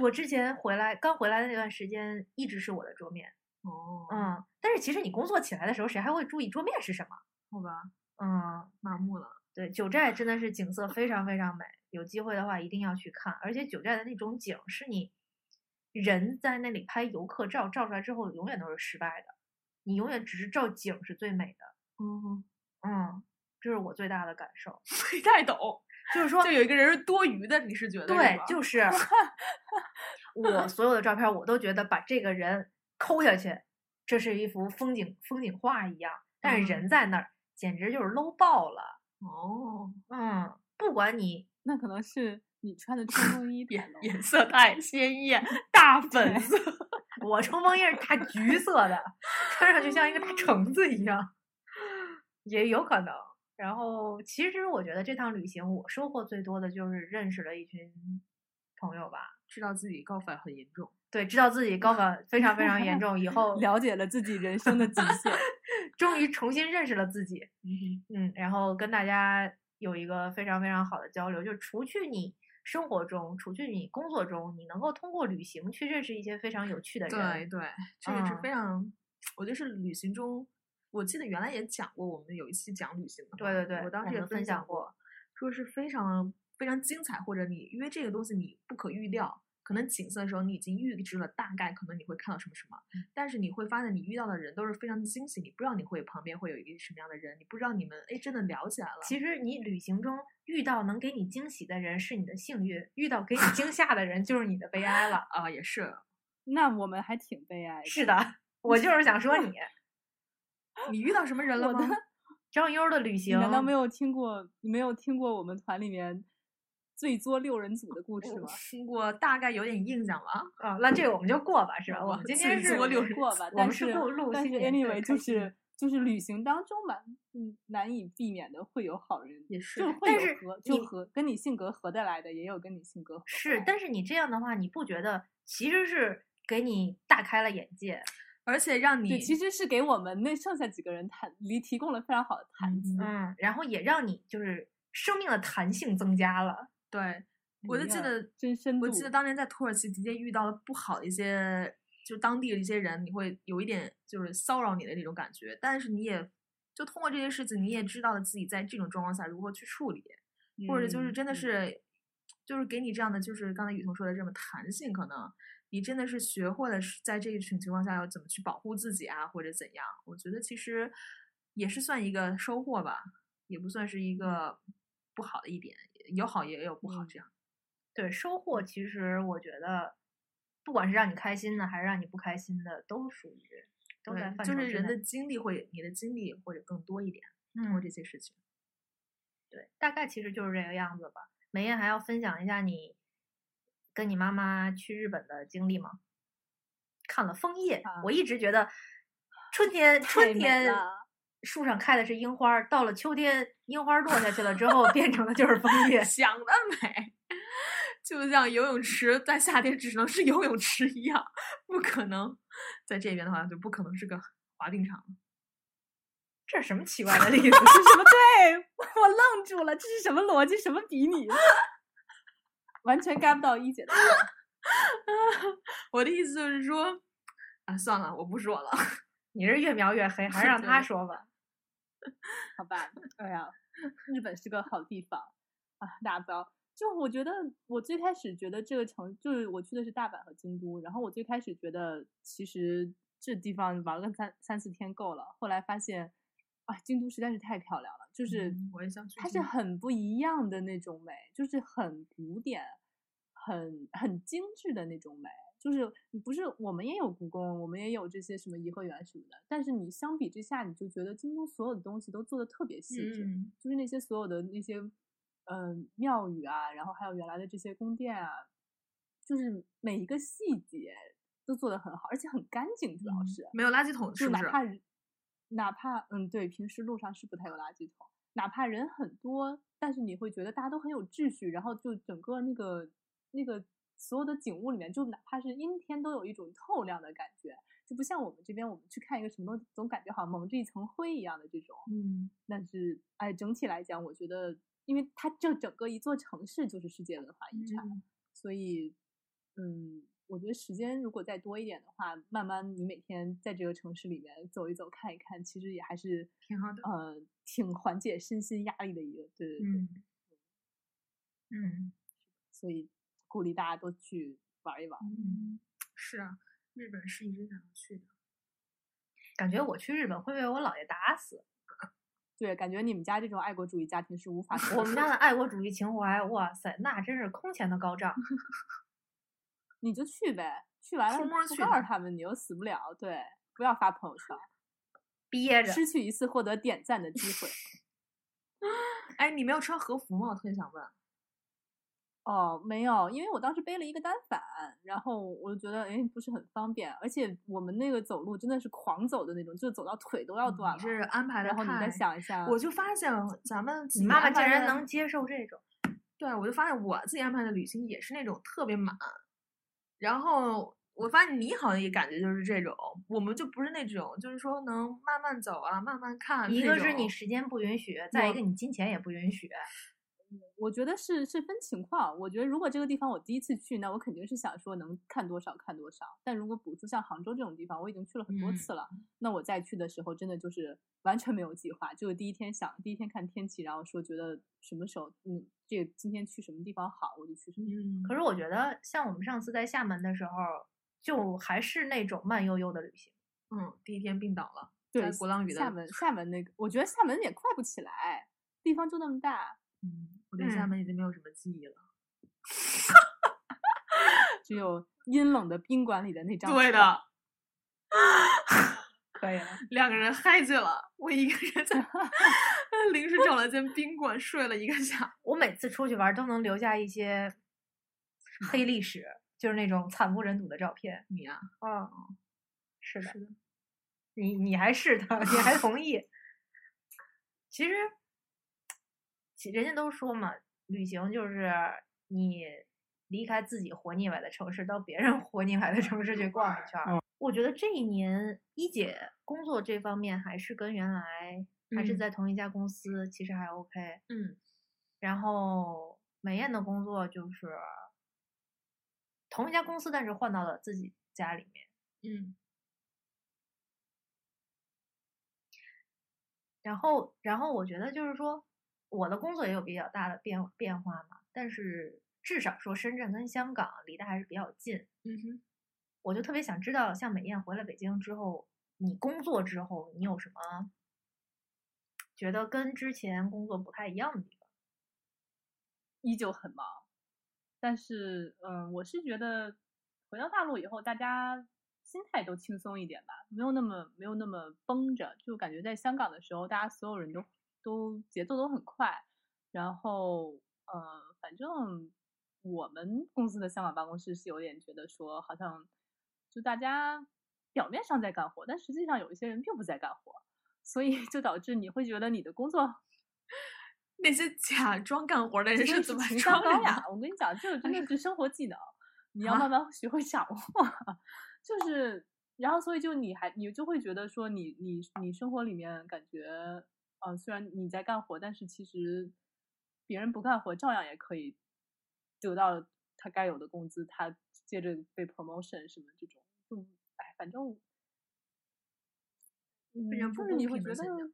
[SPEAKER 1] 我之前回来刚回来的那段时间，一直是我的桌面。
[SPEAKER 2] 哦，，
[SPEAKER 1] 嗯，但是其实你工作起来的时候，谁还会注意桌面是什么？
[SPEAKER 2] 好吧，
[SPEAKER 1] 嗯，
[SPEAKER 2] 麻木了。
[SPEAKER 1] 对，九寨真的是景色非常非常美，有机会的话一定要去看。而且九寨的那种景是你人在那里拍游客照，照出来之后永远都是失败的，你永远只是照景是最美的。
[SPEAKER 2] 嗯，
[SPEAKER 1] 嗯，这是我最大的感受，
[SPEAKER 2] 没 太懂，
[SPEAKER 1] 就是说
[SPEAKER 2] 就有一个人是多余的，你是觉得是
[SPEAKER 1] 对
[SPEAKER 2] 吧，
[SPEAKER 1] 就是我所有的照片儿，我都觉得把这个人抠下去，这是一幅风景风景画一样，但
[SPEAKER 2] 嗯
[SPEAKER 1] 是人在那儿简直就是 low 爆了。
[SPEAKER 2] 哦，
[SPEAKER 1] 嗯，不管你
[SPEAKER 3] 那可能是你穿的 冲锋衣太 low 了
[SPEAKER 2] 颜色太鲜 艳，大粉色，
[SPEAKER 1] 我冲锋衣是大橘色的，穿上去像一 个大橙子一样，也有可能。然后，其实我觉得这趟旅行我收获最多的就是认识了一群朋友吧，
[SPEAKER 2] 知道自己高反很严重。
[SPEAKER 1] 对，知道自己 高反非常非常严重，以后
[SPEAKER 3] 了解了自己人生的极 限。
[SPEAKER 1] 终于重新认识了自己，
[SPEAKER 2] 嗯
[SPEAKER 1] 嗯，然后跟大家有一个非常非常好的交流，就是除去你生活中，除去你工作中，你能够通过旅行去认识一些非常有趣的
[SPEAKER 2] 哼，
[SPEAKER 1] 人，
[SPEAKER 2] 对对，这个是
[SPEAKER 1] 嗯
[SPEAKER 2] 非常，我觉得是旅行中，我记得原来也讲过，我们有一期讲旅行的嘛，
[SPEAKER 1] 对对对
[SPEAKER 2] 我当
[SPEAKER 1] 我
[SPEAKER 2] 时也
[SPEAKER 1] 们分享
[SPEAKER 2] 享过，说是非常非常精彩，或者你因为这个东西你不可预料。可能景色的时候，你已经预知了大概可能你会看到什么什么，
[SPEAKER 3] 嗯
[SPEAKER 2] 但是你会发现你遇到的人都是非常惊喜，你不知道你会旁边会有一个什么样的人，你不知道你们哎真的聊起来了，
[SPEAKER 1] 其实你旅行中遇到能给你惊喜的人是你的幸运，遇到给你 惊吓的人就是你的悲哀了。
[SPEAKER 2] 啊、也是，
[SPEAKER 3] 那我们还挺悲哀的。
[SPEAKER 1] 是的， 我就是想说你
[SPEAKER 2] 你遇到什么人了
[SPEAKER 3] 我的
[SPEAKER 2] 吗？
[SPEAKER 1] 张优的旅
[SPEAKER 3] 你
[SPEAKER 1] 行，
[SPEAKER 3] 难道没有听过？你没有听过我们团里面最作六人组的故事吗？
[SPEAKER 2] 我大概有点印象了啊。
[SPEAKER 1] 啊，那这个我们就过吧， 是吧？我们今天
[SPEAKER 2] 最
[SPEAKER 1] 是
[SPEAKER 2] 作六人
[SPEAKER 3] 过吧，
[SPEAKER 1] 我
[SPEAKER 3] 但
[SPEAKER 1] 们是
[SPEAKER 3] 是
[SPEAKER 1] 录录
[SPEAKER 3] 但
[SPEAKER 1] 新
[SPEAKER 3] 是
[SPEAKER 1] 年最
[SPEAKER 3] anyway
[SPEAKER 1] 开
[SPEAKER 3] 就
[SPEAKER 1] 心
[SPEAKER 3] 是就是旅行当中嘛，嗯，难以避免的会有好人，
[SPEAKER 2] 也是
[SPEAKER 3] 就会
[SPEAKER 1] 但
[SPEAKER 3] 有
[SPEAKER 1] 是
[SPEAKER 3] 合就
[SPEAKER 1] 你
[SPEAKER 3] 合跟你性格合得来的，也有跟你性格合不
[SPEAKER 1] 是
[SPEAKER 3] 来，
[SPEAKER 1] 但是你这样的话，你不觉得其实是给你大开了眼界？
[SPEAKER 2] 而且让
[SPEAKER 3] 对，
[SPEAKER 2] 你
[SPEAKER 3] 其实是给我们那剩下几个人谈离提供了非常好的谈资。
[SPEAKER 1] 嗯，然后也让你就是生命的弹性增加了。
[SPEAKER 2] 对，我
[SPEAKER 3] 哎
[SPEAKER 2] 就记
[SPEAKER 3] 呀
[SPEAKER 2] 得
[SPEAKER 3] 真深
[SPEAKER 2] 我记
[SPEAKER 3] 度
[SPEAKER 2] 得当年在土耳其直接遇到了不好的一些，就当地的一些人，你会有一点就是骚扰你的那种感觉，但是你也就通过这些事情，你也知道了自己在这种状况下如何去处理，或者就是真的
[SPEAKER 3] 嗯嗯
[SPEAKER 2] 是，就是给你这样的，就是刚才雨桐说的这种弹性，可能你真的是学会了是在这一种情况下要怎么去保护自己啊，或者怎样，我觉得其实也是算一个收获吧，也不算是一个不好的一点，有好也有不
[SPEAKER 3] 嗯
[SPEAKER 2] 好这样。
[SPEAKER 1] 对，收获其实我觉得，不管是让你开心的，还是让你不开心的，都属于都在
[SPEAKER 2] 对，
[SPEAKER 1] 范
[SPEAKER 2] 就
[SPEAKER 1] 畴
[SPEAKER 2] 是
[SPEAKER 1] 之
[SPEAKER 2] 人
[SPEAKER 1] 内
[SPEAKER 2] 的精力会，你的精力或者更多一点，通过
[SPEAKER 1] 嗯
[SPEAKER 2] 这，些事情。。
[SPEAKER 1] 对，大概其实就是这个样子吧。梅艳还要分享一下你跟你妈妈去日本的经历吗？看了枫叶，我一直觉得春天
[SPEAKER 3] 啊太
[SPEAKER 1] 春
[SPEAKER 3] 美
[SPEAKER 1] 天
[SPEAKER 3] 了
[SPEAKER 1] 树上开的是樱花儿，到了秋天樱花儿落下去了之 后，变成的就是枫叶
[SPEAKER 2] 想得美，就像游泳池在夏天只能是游泳池一样，不可能在这边的话就不可能是个滑冰场。
[SPEAKER 1] 这是什么奇怪的例子？
[SPEAKER 3] 这是什么？对哎 我愣住了，这是什么逻辑？什么比拟？ 完全 get 不到一姐的点。
[SPEAKER 2] 我的意思就是说，啊，算了，我不说了。
[SPEAKER 1] 你是越描越黑，还是让
[SPEAKER 2] 对
[SPEAKER 1] 他说吧。
[SPEAKER 3] 好吧，哎呀， 日本是个好地方啊，大家不要。就我觉得，我最开始觉得这个城，就是我去的是大阪和京都，然后我最开始觉得其实这地方玩个三三四天够了，后来发现，啊，京都实在是太漂亮了，就是
[SPEAKER 2] 嗯我也想去
[SPEAKER 3] 它是
[SPEAKER 2] 京都
[SPEAKER 3] 很不一样的那种美，就是很古典、很很精致的那种美。就是你不是我们也有故宫，我们也有这些什么颐和园什么的，但是你相比之下，你就觉得京都所有的东西都做的特别细致，
[SPEAKER 2] 嗯，
[SPEAKER 3] 就是那些所有的那些，嗯、庙宇啊，然后还有原来的这些宫殿啊，就是每一个细节都做的很好，而且很干净，主
[SPEAKER 2] 嗯
[SPEAKER 3] 要是。
[SPEAKER 2] 没有垃圾桶
[SPEAKER 3] 就是
[SPEAKER 2] 不
[SPEAKER 3] 哪
[SPEAKER 2] 是？
[SPEAKER 3] 怕人哪怕嗯，对，平时路上是不太有垃圾桶，哪怕人很多，但是你会觉得大家都很有秩序，然后就整个那个那个所有的景物里面，就哪怕是阴天都有一种透亮的感觉，就不像我们这边，我们去看一个什么东西，总感觉好像蒙着一层灰一样的这种。
[SPEAKER 2] 嗯，
[SPEAKER 3] 但是哎，整体来讲，我觉得，因为它这整个一座城市就是世界文化
[SPEAKER 1] 嗯
[SPEAKER 3] 遗
[SPEAKER 2] 嗯
[SPEAKER 3] 产，所以，嗯，我觉得时间如果再多一点的话，慢慢你每天在这个城市里面走一走、看一看，其实也还是
[SPEAKER 2] 挺好的。
[SPEAKER 3] 呃挺缓解身心压力的一个，对对对。
[SPEAKER 2] 嗯，
[SPEAKER 1] 嗯，
[SPEAKER 3] 所以鼓励大家都去玩一玩。
[SPEAKER 2] 嗯是啊，日本是一直想要去的。
[SPEAKER 1] 感觉我去日本会被我姥爷打 死。
[SPEAKER 3] 对，感觉你们家这种爱国主义家庭是无法脱
[SPEAKER 1] 我们
[SPEAKER 3] 离
[SPEAKER 1] 家的爱国主义情怀，哇塞，那真是空前的高 涨。
[SPEAKER 3] 你就去呗，去完
[SPEAKER 2] 偷摸
[SPEAKER 3] 了
[SPEAKER 2] 儿
[SPEAKER 3] 不
[SPEAKER 2] 去
[SPEAKER 3] 告诉
[SPEAKER 2] 的
[SPEAKER 3] 他们，你又死不了。对，不要发朋友圈。
[SPEAKER 1] 憋着，
[SPEAKER 3] 失去一次获得点赞的机会。
[SPEAKER 2] 哎，你没有穿和服吗？我特别想问。
[SPEAKER 3] 哦，没有，因为我当时背了一个单反，然后我就觉得哎不是很方便，而且我们那个走路真的是狂走的那种，就走到腿都要断了。
[SPEAKER 2] 你嗯是安排的
[SPEAKER 3] 然后你再
[SPEAKER 2] 太
[SPEAKER 3] 想一下，
[SPEAKER 2] 我就发现咱们自
[SPEAKER 1] 你
[SPEAKER 2] 己
[SPEAKER 1] 妈妈
[SPEAKER 2] 安
[SPEAKER 1] 竟
[SPEAKER 2] 排
[SPEAKER 1] 然
[SPEAKER 2] 的
[SPEAKER 1] 能接受这种，
[SPEAKER 2] 对，我就发现我自己安排的旅行也是那种特别满，然后我发现你好像也感觉就是这种，我们就不是那种，就是说能慢慢走啊，慢慢看。
[SPEAKER 1] 一个是你，时间不允许，再一个你金钱也不允许。
[SPEAKER 3] 我觉得是是分情况。我觉得如果这个地方我第一次去，那我肯定是想说能看多少看多少。但如果比如说像杭州这种地方，我已经去了很
[SPEAKER 2] 嗯
[SPEAKER 3] 多次了，那我再去的时候真的就是完全没有计划，就是第一天想第一天看天气，然后说觉得什么时候嗯这个今天去什么地方好，我就去什么地方。
[SPEAKER 2] 嗯，
[SPEAKER 1] 可是我觉得，像我们上次在厦门的时候，就还是那种慢悠悠的旅行。
[SPEAKER 2] 嗯，第一天病倒了，
[SPEAKER 3] 对，
[SPEAKER 2] 在鼓浪屿的，
[SPEAKER 3] 厦门，厦门那个，我觉得厦门也快不起来，地方就那么大，
[SPEAKER 2] 嗯，我对厦
[SPEAKER 1] 嗯
[SPEAKER 2] 门已经没有什么记忆了。
[SPEAKER 3] 只有阴冷的宾馆里的那张。
[SPEAKER 2] 对， 的，
[SPEAKER 3] 可以了。
[SPEAKER 2] 两个人嗨去了，我一个人在，临时找了间宾馆睡了一个下
[SPEAKER 1] 我每次出去玩儿都能留下一些黑历史，就是那种惨不忍睹的照片。
[SPEAKER 2] 午。你啊，
[SPEAKER 1] 啊，是的，你你还是他，你还同意？其实，其人家都说嘛，旅行就是你离开自己活腻歪的城市，到别人活腻歪的城市去逛一圈儿。我觉得这一年一姐工作这方面还是跟原来还是
[SPEAKER 2] 嗯
[SPEAKER 1] 在同一家公司，其实还 OK。
[SPEAKER 2] 嗯，
[SPEAKER 1] 然后美艳的工作就是同一家公司，但是换到了自己家里面。
[SPEAKER 2] 嗯，
[SPEAKER 1] 然后，然后我觉得就是说，我的工作也有比较大的变变化嘛，但是至少说深圳跟香港离得还是比较近。
[SPEAKER 2] 嗯哼，
[SPEAKER 1] 我就特别想知道，像美艳回来北京之后，你工作之后，你有什么觉得跟之前工作不太一样的地方？
[SPEAKER 3] 依旧很忙，但是嗯，我是觉得回到大陆以后，大家心态都轻松一点吧，没有那么没有那么绷着，就感觉在香港的时候，大家所有人都都节奏都很快，然后呃，反正我们公司的香港办公室是有点觉得说，好像就大家表面上在干活，但实际上有一些人并不在干活，所以就导致你会觉得你的工作
[SPEAKER 2] 那些假装干活的人
[SPEAKER 3] 这
[SPEAKER 2] 是
[SPEAKER 3] 是
[SPEAKER 2] 怎么
[SPEAKER 3] 情商
[SPEAKER 2] 装
[SPEAKER 3] 高
[SPEAKER 2] 的
[SPEAKER 3] 呀
[SPEAKER 2] 呀？！
[SPEAKER 3] 我跟你讲，这个真的是生活技能，你要
[SPEAKER 2] 啊
[SPEAKER 3] 慢慢学会掌握。 就是，然后所以就你还你就会觉得说你你你生活里面感觉，呃，虽然你在干活，但是其实别人不干活照样也可以得到他该有的工资，他接着被 promotion 什么这种，就哎，反正嗯，
[SPEAKER 2] 人
[SPEAKER 3] 就
[SPEAKER 2] 不
[SPEAKER 3] 是你
[SPEAKER 2] 公
[SPEAKER 3] 会
[SPEAKER 2] 平
[SPEAKER 3] 觉
[SPEAKER 2] 的
[SPEAKER 3] 得
[SPEAKER 2] 现象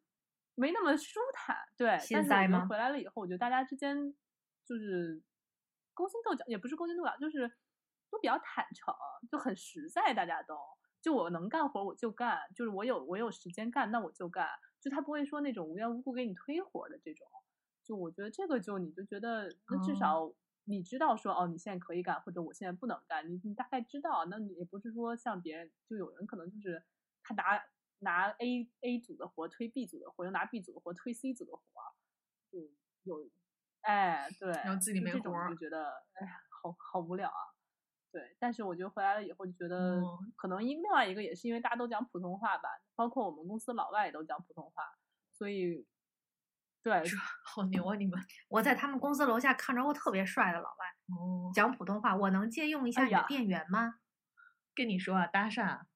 [SPEAKER 3] 没那么舒坦。对，
[SPEAKER 1] 心
[SPEAKER 3] 但是我
[SPEAKER 1] 塞
[SPEAKER 3] 觉得
[SPEAKER 1] 吗
[SPEAKER 3] 回来了以后，我觉得大家之间就是勾心斗角，也不是勾心斗角，就是都比较坦诚，就很实在，大家都。就我能干活我就干，就是我有我有时间干那我就干，就他不会说那种无缘无故给你推活的这种。就我觉得这个就你就觉得，那至
[SPEAKER 2] 哦
[SPEAKER 3] 少你知道说哦，你现在可以干，或者我现在不能干，你你大概知道，那你也不是说像别人，就有人可能就是他拿拿 A A 组的活推 B 组的活，又拿 B 组的活推 C 组的活，就有，哎，对，
[SPEAKER 2] 然后自己
[SPEAKER 3] 就
[SPEAKER 2] 没
[SPEAKER 3] 这种
[SPEAKER 2] 活儿
[SPEAKER 3] 就觉得哎呀，好好无聊啊。对，但是我觉得回来了以后就觉得
[SPEAKER 2] 哦，
[SPEAKER 3] 可能因另外一个也是因为大家都讲普通话吧，包括我们公司老外也都讲普通话，所以对，
[SPEAKER 2] 好牛啊你们！
[SPEAKER 1] 我在他们公司楼下看着过特别帅的老外，
[SPEAKER 2] 哦，
[SPEAKER 1] 讲普通话，我能借用一下
[SPEAKER 3] 哎
[SPEAKER 1] 你的
[SPEAKER 3] 呀
[SPEAKER 1] 电源吗？
[SPEAKER 2] 跟你说啊，搭讪啊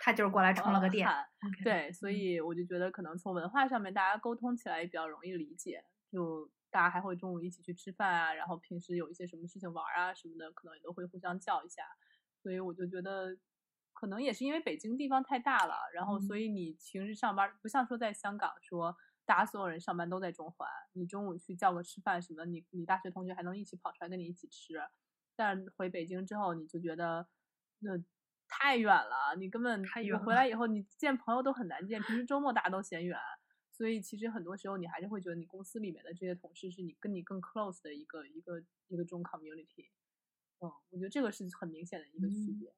[SPEAKER 1] 他就是过来充了
[SPEAKER 3] 呃
[SPEAKER 1] 个电。
[SPEAKER 3] 汉
[SPEAKER 2] ，OK，
[SPEAKER 3] 对，所
[SPEAKER 2] 嗯
[SPEAKER 3] 以我就觉得可能从文化上面大家沟通起来也比较容易理解，就大家还会中午一起去吃饭啊，然后平时有一些什么事情玩儿啊什么的，可能也都会互相叫一下。所以我就觉得，可能也是因为北京地方太大了，然后
[SPEAKER 1] 嗯
[SPEAKER 3] 所以你平时上班儿不像说在香港说。大家所有人上班都在中环，你中午去叫个吃饭什么，你你大学同学还能一起跑出来跟你一起吃，但回北京之后，你就觉得那太远了，你根本
[SPEAKER 2] 太
[SPEAKER 3] 我
[SPEAKER 2] 远
[SPEAKER 3] 回
[SPEAKER 2] 了
[SPEAKER 3] 来以后，你见朋友都很难见，平时周末大家都嫌远，所以其实很多时候你还是会觉得你公司里面的这些同事是你跟你更 close 的一个一个一个中 community。嗯，我觉得这个是很明显的一个区
[SPEAKER 2] 嗯
[SPEAKER 3] 别。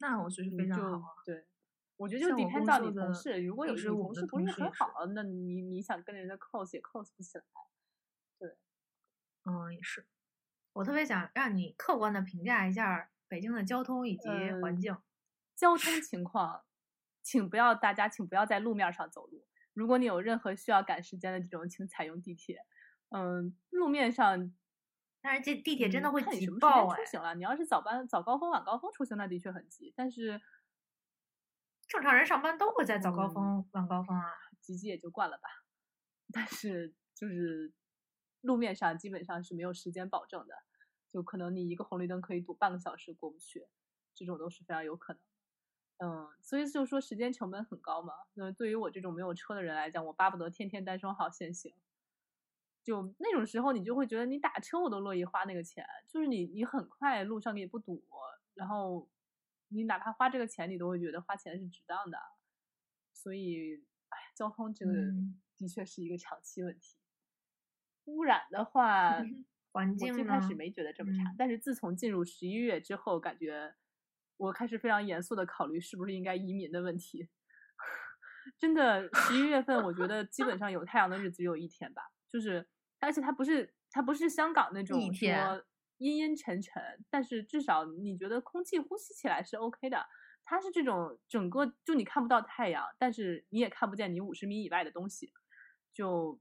[SPEAKER 2] 那我觉得
[SPEAKER 3] 嗯
[SPEAKER 2] 非常
[SPEAKER 3] 就
[SPEAKER 2] 好啊。
[SPEAKER 3] 对，我觉得就
[SPEAKER 2] 像我
[SPEAKER 3] depend
[SPEAKER 2] 工
[SPEAKER 3] 到
[SPEAKER 2] 作
[SPEAKER 3] 你同
[SPEAKER 2] 的
[SPEAKER 3] 事，如果有
[SPEAKER 2] 就
[SPEAKER 3] 你
[SPEAKER 2] 是
[SPEAKER 3] 同
[SPEAKER 2] 我们的
[SPEAKER 3] 事同
[SPEAKER 2] 同
[SPEAKER 3] 事
[SPEAKER 2] 事
[SPEAKER 3] 很
[SPEAKER 2] 也是
[SPEAKER 3] 好，那你你想跟人家 close 也 close 不起来。
[SPEAKER 2] 嗯，也是。
[SPEAKER 1] 我特别想让你客观的评价一下儿北京的交通以及环
[SPEAKER 3] 嗯
[SPEAKER 1] 境。
[SPEAKER 3] 交通情况，请不要大家请不要在路面上走路。如果你有任何需要赶时间的这种，请采用地铁。嗯，路面上
[SPEAKER 1] 但是这地铁真的
[SPEAKER 3] 嗯
[SPEAKER 1] 会
[SPEAKER 3] 看你
[SPEAKER 1] 挤
[SPEAKER 3] 什么时间
[SPEAKER 1] 爆
[SPEAKER 3] 出
[SPEAKER 1] 哎，
[SPEAKER 3] 行了。你要是早班、早高峰、晚高峰出行，那的确很急。但是
[SPEAKER 1] 正常人上班都会在早高
[SPEAKER 3] 嗯
[SPEAKER 1] 峰、晚高峰啊。
[SPEAKER 3] 挤挤也就惯了吧。 但是就是路面上基本上是没有时间保证的，就可能你一个红绿灯可以堵半个小时过不去，这种都是非常有可能。嗯，所以就说时间成本很高嘛。那对于我这种没有车的人来讲，我巴不得天天单双号限行。就那种时候，你就会觉得你打车我都乐意花那个钱，就是你你很快路上也不堵，然后你哪怕花这个钱，你都会觉得花钱是值当的。所以，哎，交通这个
[SPEAKER 1] 嗯
[SPEAKER 3] 的确是一个长期问题。污染的话，
[SPEAKER 1] 环
[SPEAKER 3] 我最
[SPEAKER 1] 境啊
[SPEAKER 3] 开
[SPEAKER 1] 呢？
[SPEAKER 3] 始没觉得这么差，
[SPEAKER 1] 嗯
[SPEAKER 3] 但是自从进入十一月之后，感觉我开始非常严肃的考虑是不是应该移民的问题。 真的十一月份，我觉得基本上有太阳的日子只有一天吧，就是而且它不是它不是香港那种
[SPEAKER 2] 一天
[SPEAKER 3] 说阴阴沉沉，但是至少你觉得空气呼吸起来是 OK 的。它是这种整个就你看不到太阳，但是你也看不见你五十米以外的东西，就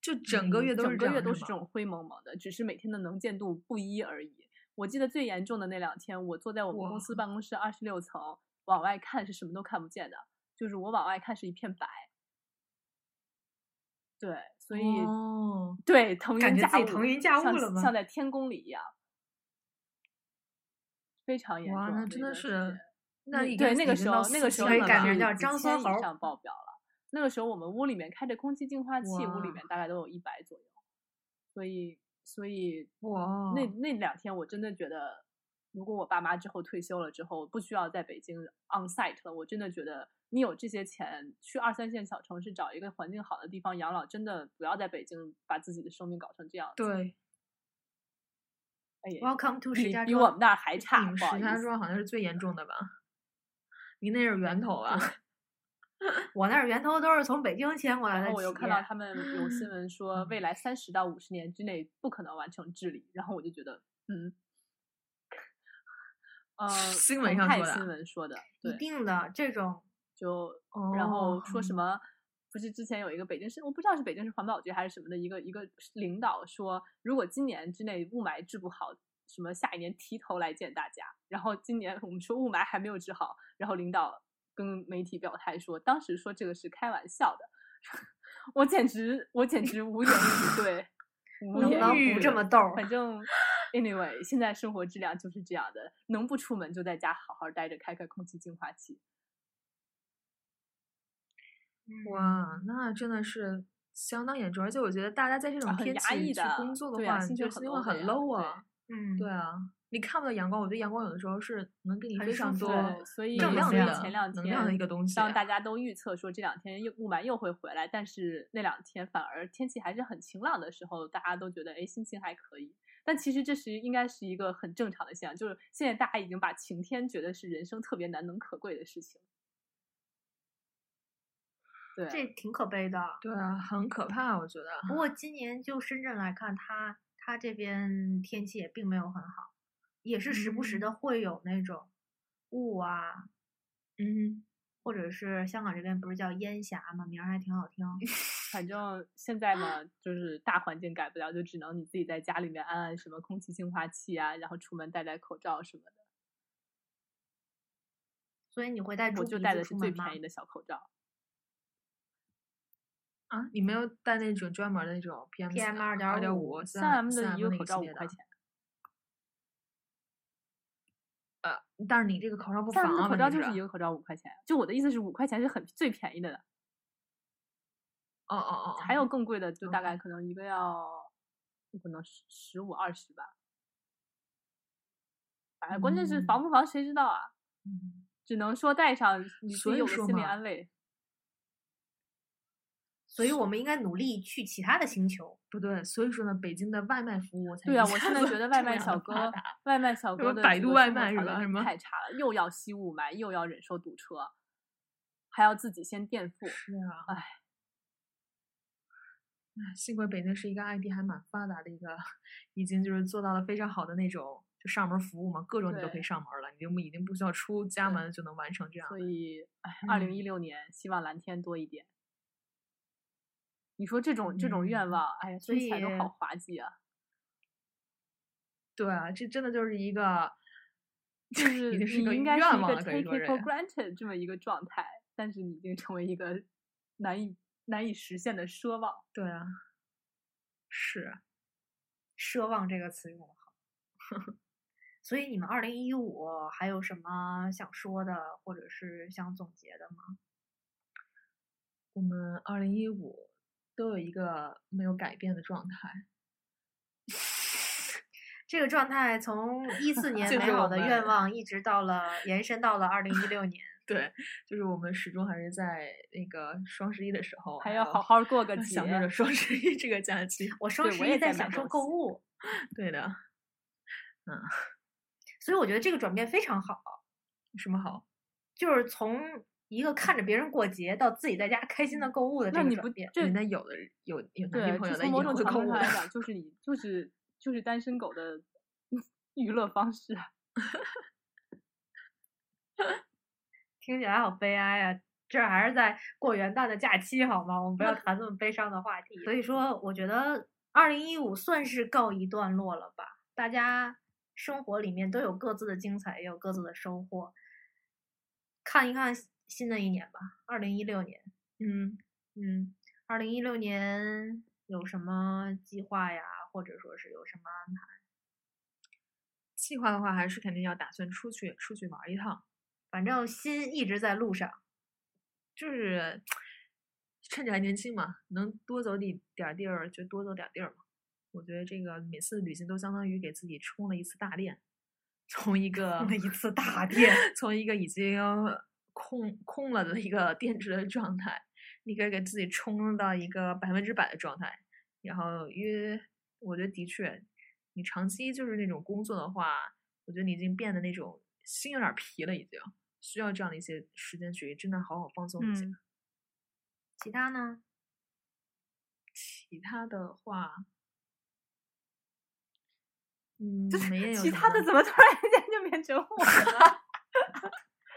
[SPEAKER 2] 就整个月
[SPEAKER 3] 嗯
[SPEAKER 2] 都是
[SPEAKER 3] 整个
[SPEAKER 2] 这样，
[SPEAKER 3] 月都
[SPEAKER 2] 是
[SPEAKER 3] 是
[SPEAKER 2] 吗
[SPEAKER 3] 这种灰蒙蒙的，只是每天的能见度不一而已。我记得最严重的那两天，我坐在我们
[SPEAKER 2] 哇
[SPEAKER 3] 公司办公室二十六层，往外看是什么都看不见的，就是我往外看是一片白。对，所以、
[SPEAKER 2] 哦，
[SPEAKER 3] 对腾云
[SPEAKER 2] 感觉
[SPEAKER 3] 驾
[SPEAKER 2] 自己
[SPEAKER 3] 雾，
[SPEAKER 2] 腾云驾雾
[SPEAKER 3] 像
[SPEAKER 2] 了吗
[SPEAKER 3] 像在天宫里一样，非常严重。
[SPEAKER 2] 哇，那真的
[SPEAKER 3] 段时
[SPEAKER 2] 是
[SPEAKER 3] 间，
[SPEAKER 2] 那已
[SPEAKER 3] 对
[SPEAKER 2] 经
[SPEAKER 3] 那个
[SPEAKER 2] 已经
[SPEAKER 3] 时
[SPEAKER 2] 到
[SPEAKER 3] 候，那个
[SPEAKER 2] 四
[SPEAKER 3] 时候
[SPEAKER 4] 千
[SPEAKER 2] 天
[SPEAKER 4] 了
[SPEAKER 2] 感
[SPEAKER 4] 吧
[SPEAKER 2] 觉
[SPEAKER 4] 就
[SPEAKER 2] 叫
[SPEAKER 4] 已
[SPEAKER 2] 张
[SPEAKER 4] 经
[SPEAKER 2] 酸猴
[SPEAKER 3] 以上爆表了。那个时候我们屋里面开着空气净化器，屋里
[SPEAKER 2] 哇
[SPEAKER 3] 面大概都有一百左右，所以所以
[SPEAKER 2] 哇，
[SPEAKER 3] 那那两天我真的觉得，如果我爸妈之后退休了之后，不需要在北京 on site 了，我真的觉得你有这些钱去二三线小城市找一个环境好的地方养老，真的不要在北京把自己的生命搞成这样。，
[SPEAKER 2] 对
[SPEAKER 3] 哎呀，
[SPEAKER 2] ，Welcome to 石
[SPEAKER 3] 比
[SPEAKER 2] 家
[SPEAKER 3] 比我
[SPEAKER 2] 庄
[SPEAKER 3] 们，那儿还
[SPEAKER 2] 你
[SPEAKER 3] 差，
[SPEAKER 2] 们
[SPEAKER 3] 不好
[SPEAKER 2] 石
[SPEAKER 3] 意
[SPEAKER 2] 家
[SPEAKER 3] 思。
[SPEAKER 2] 庄好像是最严重的吧？你那是源头啊，
[SPEAKER 4] 我那儿源头都是从北京迁过来
[SPEAKER 2] 啊
[SPEAKER 3] 然
[SPEAKER 4] 的企
[SPEAKER 3] 后
[SPEAKER 4] 业。
[SPEAKER 3] 我又看到他们有新 闻说，
[SPEAKER 2] 嗯
[SPEAKER 3] 未来三十到五十年之内不可能完成治理，然后我就觉得， 嗯，呃，
[SPEAKER 2] 新闻
[SPEAKER 3] 澎
[SPEAKER 2] 上
[SPEAKER 3] 湃
[SPEAKER 2] 说的啊
[SPEAKER 3] 新闻说 的，
[SPEAKER 4] 一
[SPEAKER 3] 对，
[SPEAKER 4] 定的这种
[SPEAKER 3] 就
[SPEAKER 2] 哦
[SPEAKER 3] 然后说什么？不是之前有一个北京市，我不知道是北京市环保局还是什么的一个一个领导说，如果今年之内雾霾治不好，什么下一年提头来见大家。然后今年我们说雾霾还没有治好，然后领导跟媒体表态说，当时说这个是开玩笑的。 我简直我简直无言以 对，无
[SPEAKER 4] 能
[SPEAKER 3] 言
[SPEAKER 4] 不
[SPEAKER 3] 以
[SPEAKER 4] 能不这
[SPEAKER 3] 对
[SPEAKER 4] 么逗儿？
[SPEAKER 3] 反正 anyway，现在生活质量就是这样的，能不出门就在家好好待着，开开空气净化器。
[SPEAKER 2] 哇，那真的是相当严重，而且我觉得大家在这种
[SPEAKER 3] 很
[SPEAKER 2] 天
[SPEAKER 3] 压
[SPEAKER 2] 气
[SPEAKER 3] 抑
[SPEAKER 2] 去
[SPEAKER 3] 的
[SPEAKER 2] 工作
[SPEAKER 3] 对
[SPEAKER 2] 话，
[SPEAKER 3] 啊
[SPEAKER 2] 你
[SPEAKER 3] 心
[SPEAKER 2] 就
[SPEAKER 3] 情
[SPEAKER 2] 心
[SPEAKER 3] 很 low 的呀
[SPEAKER 2] 情会很 low
[SPEAKER 3] 对
[SPEAKER 2] 啊。
[SPEAKER 4] 嗯，
[SPEAKER 2] 对啊，你看不到阳光，我觉得阳光有的时候是能给你
[SPEAKER 4] 很
[SPEAKER 2] 非
[SPEAKER 4] 舒
[SPEAKER 2] 常
[SPEAKER 4] 服
[SPEAKER 2] 多
[SPEAKER 3] 对，所以
[SPEAKER 2] 正
[SPEAKER 4] 能
[SPEAKER 2] 量
[SPEAKER 3] 所以
[SPEAKER 4] 量
[SPEAKER 2] 的
[SPEAKER 3] 前两
[SPEAKER 2] 能量的
[SPEAKER 3] 天，
[SPEAKER 2] 一个东西。
[SPEAKER 3] 当大家都预测说这两天又雾霾又会回来，但是那两天反而天气还是很晴朗的时候，大家都觉得哎心情还可以。但其实这是应该是一个很正常的现象，就是现在大家已经把晴天觉得是人生特别难能可贵的事情。对，啊
[SPEAKER 4] 这挺可悲的。
[SPEAKER 2] 对啊，很可怕，我觉得。
[SPEAKER 4] 不过今年就深圳来看，它它这边天气也并没有很好，也是时不时
[SPEAKER 3] 嗯
[SPEAKER 4] 的会有那种雾啊，
[SPEAKER 2] 嗯，
[SPEAKER 4] 或者是香港这边不是叫烟霞吗？名儿还挺好 听。
[SPEAKER 3] 反正现在
[SPEAKER 4] 啊
[SPEAKER 3] 嘛，就是大环境改不了，就只能你自己在家里面安安什么空气净化器啊，然后出门戴戴口罩什么的。
[SPEAKER 4] 所以你会带
[SPEAKER 3] 我
[SPEAKER 4] 猪
[SPEAKER 3] 就
[SPEAKER 4] 鼻
[SPEAKER 3] 戴
[SPEAKER 4] 子
[SPEAKER 3] 的是
[SPEAKER 4] 出
[SPEAKER 3] 最
[SPEAKER 4] 门吗？
[SPEAKER 3] 便宜的小口罩。
[SPEAKER 2] 啊，你没有带那种专门的那种 PM
[SPEAKER 4] PM
[SPEAKER 2] 二点
[SPEAKER 4] 2.5
[SPEAKER 2] 五
[SPEAKER 3] 三 M 的一个口罩五块。钱，
[SPEAKER 2] 系列但是你这个口罩不
[SPEAKER 3] 三
[SPEAKER 2] 防
[SPEAKER 3] M 的
[SPEAKER 2] 啊，
[SPEAKER 3] 口
[SPEAKER 2] 问
[SPEAKER 3] 罩
[SPEAKER 2] 题
[SPEAKER 3] 就是一个口罩五块钱。就我的意思是，五块钱是很最便宜的了，
[SPEAKER 2] 哦哦哦，
[SPEAKER 3] 还有更贵的，就大
[SPEAKER 2] OK
[SPEAKER 3] 概可能一个要，可能十十五二十吧。哎，关键是防不防谁知道啊？
[SPEAKER 2] 嗯
[SPEAKER 3] 只能说戴上，你自
[SPEAKER 2] 所
[SPEAKER 3] 己
[SPEAKER 2] 以
[SPEAKER 3] 有个
[SPEAKER 2] 说
[SPEAKER 3] 心理
[SPEAKER 2] 嘛
[SPEAKER 3] 安慰。
[SPEAKER 4] 所以我们应该努力去其他的星球。
[SPEAKER 2] 不对，所以说呢，北京的外卖服务才
[SPEAKER 3] 对
[SPEAKER 2] 啊
[SPEAKER 3] 啊，，我现在觉得外卖小 哥，外卖小
[SPEAKER 2] 什
[SPEAKER 3] 哥
[SPEAKER 2] 么
[SPEAKER 3] 的
[SPEAKER 2] 百
[SPEAKER 3] 这
[SPEAKER 2] 度
[SPEAKER 3] 个
[SPEAKER 2] 外
[SPEAKER 3] 生活
[SPEAKER 2] 卖是
[SPEAKER 3] 条
[SPEAKER 2] 吧
[SPEAKER 3] 件
[SPEAKER 2] 什么
[SPEAKER 3] 太差了，又要吸雾霾，又要忍受堵车，还要自己先 垫付。
[SPEAKER 2] 是啊，
[SPEAKER 3] 唉
[SPEAKER 2] 唉幸亏北京是一个 IT 还蛮发达的一个，已经就是做到了非常好的那种，就上门服务嘛，各种你都可以
[SPEAKER 3] 对
[SPEAKER 2] 上门了，你就已经不需要出家
[SPEAKER 3] 对
[SPEAKER 2] 门就能完成这样
[SPEAKER 3] 所
[SPEAKER 2] 的。
[SPEAKER 3] 以，哎，二零一六年希望蓝天多一点。你说这种这种愿
[SPEAKER 2] 嗯
[SPEAKER 3] 望，哎呀，
[SPEAKER 4] 所
[SPEAKER 3] 听起来都好
[SPEAKER 4] 以
[SPEAKER 3] 滑稽 啊！
[SPEAKER 2] 对啊，这真的就是一个，
[SPEAKER 3] 就是
[SPEAKER 2] 已经是一
[SPEAKER 3] 你
[SPEAKER 2] 个
[SPEAKER 3] 应该是
[SPEAKER 2] 愿
[SPEAKER 3] 一
[SPEAKER 2] 望
[SPEAKER 3] 个
[SPEAKER 2] 了，可
[SPEAKER 3] take
[SPEAKER 2] 以
[SPEAKER 3] it
[SPEAKER 2] 说是。
[SPEAKER 3] for granted 这么一个状态，但是你已经成为一个难以难以实现的奢望。
[SPEAKER 2] 对啊，是
[SPEAKER 4] 奢望这个词用的好。 所以你们二零一五还有什么想说的，或者是想总结的吗？
[SPEAKER 2] 我们二零一五都有一个没有改变的状态，
[SPEAKER 4] 这个状态从一四年
[SPEAKER 2] 就
[SPEAKER 4] 美
[SPEAKER 2] 是
[SPEAKER 4] 好
[SPEAKER 2] 我
[SPEAKER 4] 的
[SPEAKER 2] 们
[SPEAKER 4] 愿望，一直到了延伸到了二零一六年。
[SPEAKER 2] 对，就是我们始终还是在那个双十一的时候，
[SPEAKER 3] 还
[SPEAKER 2] 要
[SPEAKER 3] 要 好好过个节，
[SPEAKER 2] 享受哦着双十一这个假期。
[SPEAKER 4] 我双
[SPEAKER 3] 对
[SPEAKER 4] 十
[SPEAKER 3] 我
[SPEAKER 4] 一
[SPEAKER 3] 也在
[SPEAKER 4] 在
[SPEAKER 3] 买
[SPEAKER 4] 享受
[SPEAKER 3] 东
[SPEAKER 4] 购
[SPEAKER 3] 西
[SPEAKER 4] 物，
[SPEAKER 2] 对的，
[SPEAKER 4] 所以我觉得这个转变非常好，
[SPEAKER 2] 有什么好？
[SPEAKER 4] 就是从
[SPEAKER 1] 一个看着别人过节到自己在家开心的购物的
[SPEAKER 3] 嗯那
[SPEAKER 1] 这个
[SPEAKER 3] 你不
[SPEAKER 1] 转变。
[SPEAKER 3] 这
[SPEAKER 2] 人家有的有有男
[SPEAKER 3] 对，
[SPEAKER 2] 女
[SPEAKER 3] 就
[SPEAKER 2] 朋友的
[SPEAKER 3] 从某种
[SPEAKER 2] 以后
[SPEAKER 3] 程
[SPEAKER 2] 购
[SPEAKER 3] 度
[SPEAKER 2] 物
[SPEAKER 3] 上来讲，就是你就是就是单身狗的 娱乐方式啊。
[SPEAKER 1] 听起来好悲哀啊！这还是在过元旦的假期好吗？我们不要谈这么悲伤的话题。嗯所以说，我觉得二零一五算是告一段落了吧。大家生活里面都有各自的精彩，也有各自的收获。看一看新的一年吧，二零一六年。嗯嗯，二零一六年有什么计划呀？或者说是有什么安排？
[SPEAKER 2] 计划的话，还是肯定要打算出去出去玩一趟，
[SPEAKER 1] 反正心一直在路上。
[SPEAKER 2] 就是趁着还年轻嘛，能多走点点儿地儿就多走点儿地儿嘛。我觉得这个每次旅行都相当于给自己充了一次大电，从一个
[SPEAKER 1] 了一次大 电，
[SPEAKER 2] 从一个已经空空了的一个电池的状态，你可以给自己充到一个百分之百的状态。然后，因为我觉得的确，你长期就是那种工作的话，我觉得你已经变得那种心有点儿疲了，已经需要这样的一些时间去真的好好放松一下。
[SPEAKER 3] 嗯
[SPEAKER 1] 其他呢？
[SPEAKER 2] 其他的话，嗯，美艳有
[SPEAKER 3] 其
[SPEAKER 2] 什
[SPEAKER 3] 他
[SPEAKER 2] 么
[SPEAKER 3] 的怎么突然间就变成我 了？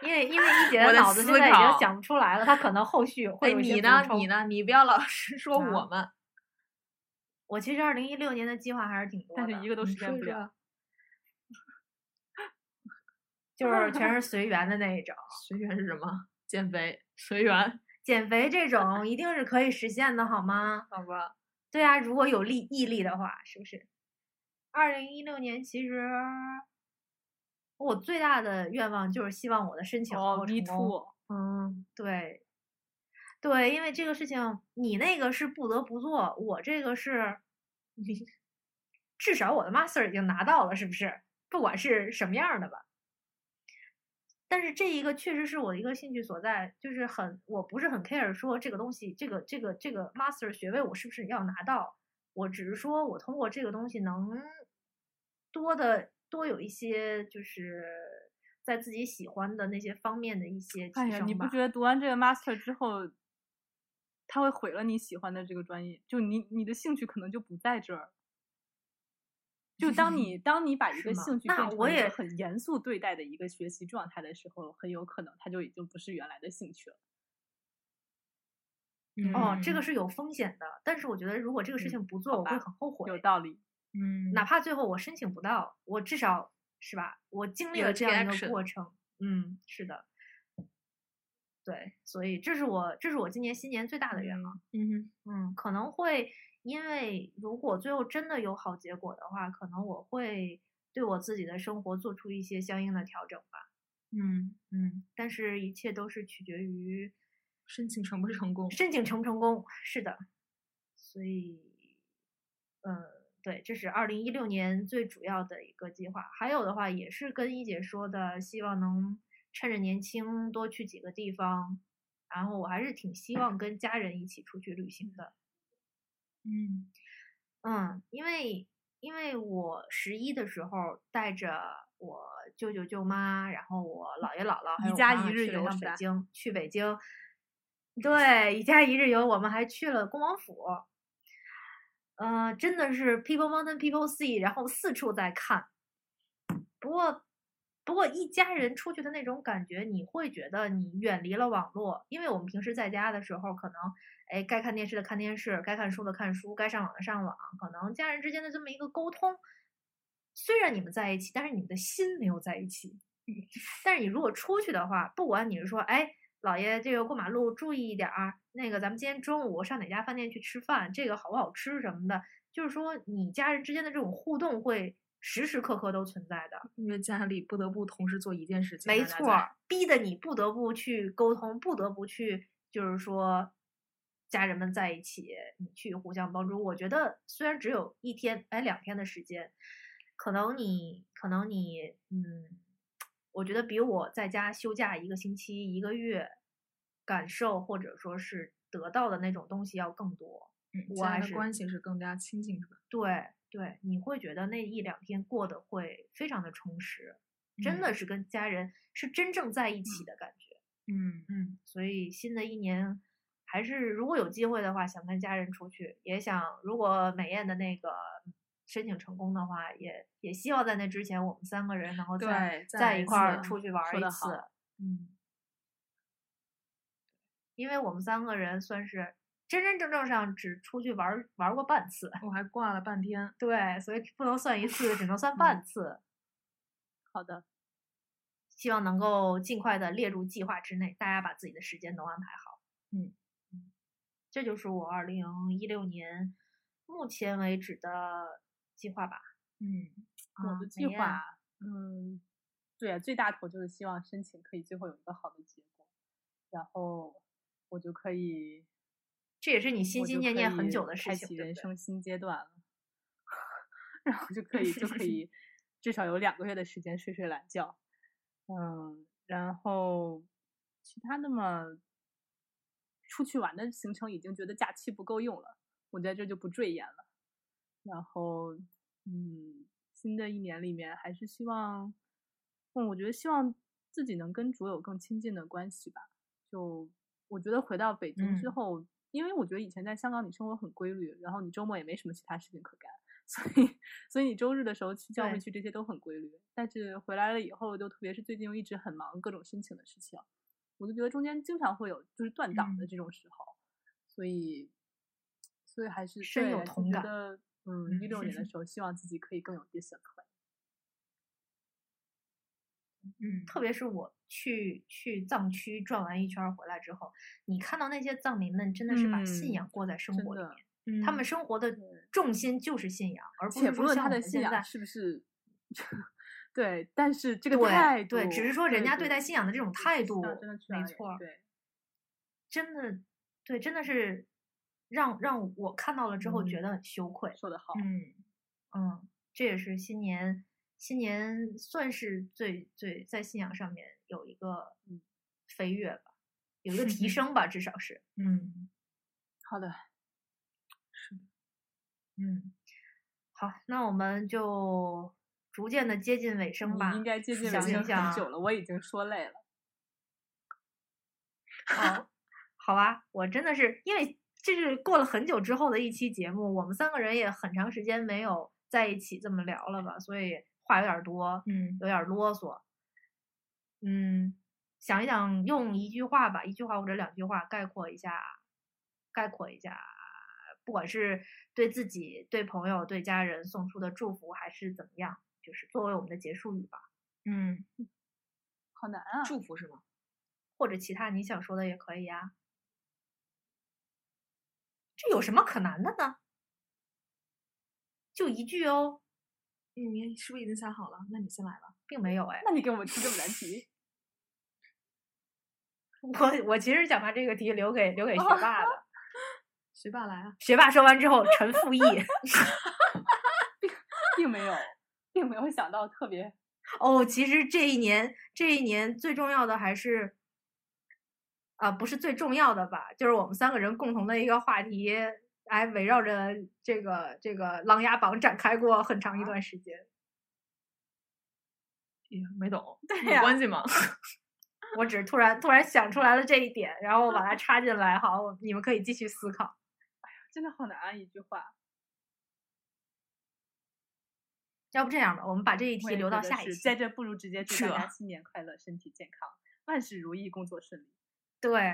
[SPEAKER 1] 因为因为一姐
[SPEAKER 2] 我
[SPEAKER 1] 的
[SPEAKER 2] 在
[SPEAKER 1] 脑子现
[SPEAKER 2] 思
[SPEAKER 1] 在已经
[SPEAKER 2] 考
[SPEAKER 1] 想不出来了，她可能后续会
[SPEAKER 2] 哎，
[SPEAKER 1] 有一些
[SPEAKER 2] 你
[SPEAKER 1] 补
[SPEAKER 2] 呢？
[SPEAKER 1] 充
[SPEAKER 2] 你？呢？你不要老是说
[SPEAKER 1] 啊
[SPEAKER 2] 我们。
[SPEAKER 1] 我其实二零一六年的计划还是挺多的，
[SPEAKER 3] 但是啊一个都
[SPEAKER 2] 你
[SPEAKER 3] 实现
[SPEAKER 2] 说一
[SPEAKER 3] 不
[SPEAKER 2] 说
[SPEAKER 3] 了。
[SPEAKER 1] 就是全是随缘的那一种。
[SPEAKER 2] 随缘是什么？减肥，随缘，
[SPEAKER 1] 减肥这种一定是可以实现的，好吗？
[SPEAKER 2] 好吧。
[SPEAKER 1] 对啊，如果有力毅力的话，是不是？二零一六年其实我最大的愿望就是希望我的申请能
[SPEAKER 3] 哦
[SPEAKER 1] 够
[SPEAKER 3] ，me
[SPEAKER 1] 成功。
[SPEAKER 3] too，
[SPEAKER 2] 嗯，
[SPEAKER 1] 对，对，因为这个事情，你那个是不得不做，我这个是，你至少我的 master 已经拿到了，是不是？不管是什么样儿的吧。但是这一个确实是我的一个兴趣所在，就是很，我不是很 care 说这个东西，这个这个这个 master 学位我是不是要拿到，我只是说我通过这个东西能多的多有一些就是。在自己喜欢的那些方面的一些提
[SPEAKER 3] 哎
[SPEAKER 1] 升吧。
[SPEAKER 3] 呀，你不觉得读完这个 master 之后，它会毁了你喜欢的这个专业？就你你的兴趣可能就不在这儿。就 当你当你把一
[SPEAKER 1] 是
[SPEAKER 3] 个
[SPEAKER 1] 吗
[SPEAKER 3] 兴趣
[SPEAKER 1] 那
[SPEAKER 3] 变成
[SPEAKER 1] 我
[SPEAKER 3] 一个
[SPEAKER 1] 也
[SPEAKER 3] 很严肃对待的一个学习状态的时候，很有可能它就已经不是原来的兴趣了。
[SPEAKER 1] 哦，这
[SPEAKER 2] 嗯
[SPEAKER 1] 个是有风险的，但是我觉得如果这个事
[SPEAKER 3] 嗯
[SPEAKER 1] 情不做，
[SPEAKER 3] 好
[SPEAKER 1] 我会
[SPEAKER 3] 吧
[SPEAKER 1] 很后悔
[SPEAKER 3] 有。道理，
[SPEAKER 2] 嗯
[SPEAKER 1] 哪怕最后我申请不到，我至少是吧？我经历
[SPEAKER 2] 有
[SPEAKER 1] 了这
[SPEAKER 2] 这个
[SPEAKER 1] 样一
[SPEAKER 2] action
[SPEAKER 1] 个过程。嗯，是的。对，所以这是我这是我今年新年最大的愿望。
[SPEAKER 2] 嗯哼，
[SPEAKER 1] 嗯，可能会因为如果最后真的有好结果的话，可能我会对我自己的生活做出一些相应的调整吧。嗯嗯，但是一切都是取决于
[SPEAKER 2] 申请成不成功？
[SPEAKER 1] 申请成不成功？是的，所以，呃，对，这是二零一六年最主要的一个计划。还有的话，也是跟一姐说的，希望能趁着年轻多去几个地方。然后我还是挺希望跟家人一起出去旅行的。嗯嗯，因为因为我十一的时候带着我舅舅舅妈，然后我姥爷姥姥还
[SPEAKER 3] 宜
[SPEAKER 1] 有我
[SPEAKER 3] 家
[SPEAKER 1] 妈
[SPEAKER 3] 嗯一
[SPEAKER 1] 妈
[SPEAKER 3] 日
[SPEAKER 1] 去了
[SPEAKER 3] 游
[SPEAKER 1] 趟
[SPEAKER 3] 是
[SPEAKER 1] 北
[SPEAKER 3] 吧
[SPEAKER 1] 京，去北京。对，一家一日游，我们还去了恭王府。呃，真的是 people mountain people sea，然后四处在看。不过，不过一家人出去的那种感觉，你会觉得你远离了网络，因为我们平时在家的时候，可能哎该看电视的看电视，该看书的看书，该上网的上网，可能家人之间的这么一个沟通，虽然你们在一起，但是你们的心没有在一起。嗯但是你如果出去的话，不管你是说哎。老爷，这个过马路注意一点儿。那个，咱们今天中午上哪家饭店去吃饭？这个好不好吃什么的，就是说你家人之间的这种互动会时时刻刻都存在的。
[SPEAKER 2] 因为家里不得不同时做一件事情。
[SPEAKER 1] 没
[SPEAKER 2] 大家
[SPEAKER 1] 错
[SPEAKER 2] 在
[SPEAKER 1] 儿，逼得你不得不去沟通，不得不去，就是说家人们在一起，你去互相帮助。我觉得虽然只有一天，哎，两天的时间，可能你，可能你，嗯，我觉得比我在家休假一个星期、一个月，感受或者说是得到的那种东西要更多。
[SPEAKER 2] 嗯
[SPEAKER 1] 我
[SPEAKER 2] 家
[SPEAKER 1] 还
[SPEAKER 2] 人
[SPEAKER 1] 是
[SPEAKER 2] 的关系是更加亲近，是吧？
[SPEAKER 1] 对对，你会觉得那一两天过得
[SPEAKER 2] 嗯
[SPEAKER 1] 会非常的充实，真的是跟家人是真正在一起的感觉。
[SPEAKER 2] 嗯
[SPEAKER 1] 嗯，所以新的一年还是如果有机会的话，想跟家人出去，也想如果美艳的那个申请成功的话，也也希望在那之前我们三个人能够再
[SPEAKER 2] 对再
[SPEAKER 1] 再
[SPEAKER 2] 来
[SPEAKER 1] 一
[SPEAKER 2] 一
[SPEAKER 1] 块儿
[SPEAKER 2] 次
[SPEAKER 1] 出去玩儿
[SPEAKER 3] 说
[SPEAKER 1] 一
[SPEAKER 3] 得
[SPEAKER 1] 次
[SPEAKER 3] 好，
[SPEAKER 1] 嗯，因为我们三个人算是真真正正上只出去玩儿玩儿过半次，
[SPEAKER 2] 我还挂了半天。
[SPEAKER 1] 对，所以不能算一次，只能算半次，
[SPEAKER 3] 好的，
[SPEAKER 1] 希望能够尽快的列入计划之内，大家把自己的时间都安排好。
[SPEAKER 2] 嗯
[SPEAKER 1] 嗯，这就是我二零一六年目前为止的计划吧。
[SPEAKER 2] 嗯，
[SPEAKER 1] 啊
[SPEAKER 3] 我的计
[SPEAKER 1] 美艳
[SPEAKER 3] 划，嗯，对，最大头就是希望申请可以最后有一个好的结果，然后我就可以，
[SPEAKER 1] 这也是你心
[SPEAKER 3] 我
[SPEAKER 1] 心
[SPEAKER 3] 就
[SPEAKER 1] 念
[SPEAKER 3] 可
[SPEAKER 1] 念很
[SPEAKER 3] 以
[SPEAKER 1] 久的事
[SPEAKER 3] 开
[SPEAKER 1] 情，
[SPEAKER 3] 启
[SPEAKER 1] 对
[SPEAKER 3] 人
[SPEAKER 1] 不对？
[SPEAKER 3] 生新阶段了， 然后就可以就可 以至少有两个月的时间睡睡懒觉，嗯，然后其他的嘛，出去玩的行程已经觉得假期不够用了，我在这就不赘言了。然后，嗯，新的一年里面还是希望，嗯，我觉得希望自己能跟主有更亲近的关系吧。就我觉得回到北京之
[SPEAKER 2] 嗯
[SPEAKER 3] 后，因为我觉得以前在香港你生活很规律，然后你周末也没什么其他事情可干， 所以所以你周日的时候去教
[SPEAKER 1] 对
[SPEAKER 3] 会去这些都很规律。但是回来了以后，就特别是最近又一直很忙各种申请的事情，我就觉得中间经常会有就是断档的
[SPEAKER 2] 嗯
[SPEAKER 3] 这种时候，所以所以还是
[SPEAKER 1] 深
[SPEAKER 3] 对
[SPEAKER 1] 有
[SPEAKER 3] 还是
[SPEAKER 1] 同
[SPEAKER 3] 觉
[SPEAKER 1] 感
[SPEAKER 3] 得嗯，一六年的时候，希望自己可以更有 discipline。
[SPEAKER 2] 嗯，
[SPEAKER 1] 特别是我去去藏区转完一圈儿回来之后，你看到那些藏民们真的是把信
[SPEAKER 3] 嗯
[SPEAKER 1] 仰过在生
[SPEAKER 3] 真
[SPEAKER 1] 活里
[SPEAKER 3] 的嗯
[SPEAKER 1] 面，他们生活的重心就是信仰，而不
[SPEAKER 3] 且
[SPEAKER 1] 是嗯
[SPEAKER 3] 不
[SPEAKER 1] 说
[SPEAKER 3] 论
[SPEAKER 1] 像
[SPEAKER 3] 他
[SPEAKER 1] 我
[SPEAKER 3] 的
[SPEAKER 1] 们
[SPEAKER 3] 信
[SPEAKER 1] 现在
[SPEAKER 3] 仰是不是 对，但是这个态
[SPEAKER 1] 对
[SPEAKER 3] 度
[SPEAKER 1] 对，只是说人家对待信仰的这种
[SPEAKER 3] 对
[SPEAKER 1] 态
[SPEAKER 3] 是
[SPEAKER 1] 度
[SPEAKER 3] 的真的，去
[SPEAKER 1] 没
[SPEAKER 3] 哪里
[SPEAKER 1] 错儿，
[SPEAKER 3] 对，
[SPEAKER 1] 真的，对，真的是让让我看到了之后觉
[SPEAKER 3] 嗯
[SPEAKER 1] 得很羞愧。
[SPEAKER 3] 说的好，
[SPEAKER 2] 嗯
[SPEAKER 1] 嗯，这也是新年新年算是最最在信仰上面有一个
[SPEAKER 3] 嗯
[SPEAKER 1] 飞跃吧，有一个 提升吧，至少是。
[SPEAKER 2] 嗯
[SPEAKER 3] 好的，
[SPEAKER 1] 嗯，好，那我们就逐渐的接近尾声吧
[SPEAKER 3] 你。应该接近
[SPEAKER 1] 想
[SPEAKER 3] 已
[SPEAKER 1] 一
[SPEAKER 3] 经
[SPEAKER 1] 想
[SPEAKER 3] 很久了，我已经说累了。
[SPEAKER 1] 哦，好吧，我真的是因为这是过了很久之后的一期节目，我们三个人也很长时间没有在一起这么聊了吧，所以话有点儿多，
[SPEAKER 2] 嗯
[SPEAKER 1] 有点儿啰嗦。嗯，想一想，用一句话吧，一句话或者两句话概括一下，概括一下，不管是对自己、对朋友、对家人送出的祝福，还是怎么样，就是作为我们的结束语吧，
[SPEAKER 2] 嗯，
[SPEAKER 3] 好难啊！
[SPEAKER 2] 祝福是吗？
[SPEAKER 1] 或者其他你想说的也可以啊。这有什么可难的呢？就一句哦，
[SPEAKER 2] 你你是不是已经想好了？那你先来吧。
[SPEAKER 1] 并没有哎。
[SPEAKER 3] 那你给我们出这么难题，
[SPEAKER 1] 我我其实想把这个题留给留给学霸的，
[SPEAKER 2] 学霸来啊！
[SPEAKER 1] 学霸说完之后沉复议。
[SPEAKER 3] 并没有，并没有想到特别
[SPEAKER 1] 哦，其实这一年，这一年最重要的还是，啊、不是最重要的吧，就是我们三个人共同的一个话题，哎，围绕着这个这个《琅琊榜》展开过很长一段时间。
[SPEAKER 2] 也没懂，
[SPEAKER 1] 对
[SPEAKER 2] 有
[SPEAKER 1] 呀
[SPEAKER 2] 关 系吗？
[SPEAKER 1] 我只是突然突然想出来了这一点，然后我把它插进来。好，你们可以继续思考。
[SPEAKER 3] 真的好难啊！一句话，
[SPEAKER 1] 要不这样吧，我们把这一
[SPEAKER 3] 我
[SPEAKER 1] 题
[SPEAKER 3] 也
[SPEAKER 1] 留
[SPEAKER 3] 觉
[SPEAKER 1] 到
[SPEAKER 3] 得
[SPEAKER 1] 下一
[SPEAKER 3] 是
[SPEAKER 1] 期。
[SPEAKER 3] 在这不如直接祝
[SPEAKER 2] 这
[SPEAKER 3] 大家新年快乐，身体健康，万事如意，工作顺利。
[SPEAKER 1] 对，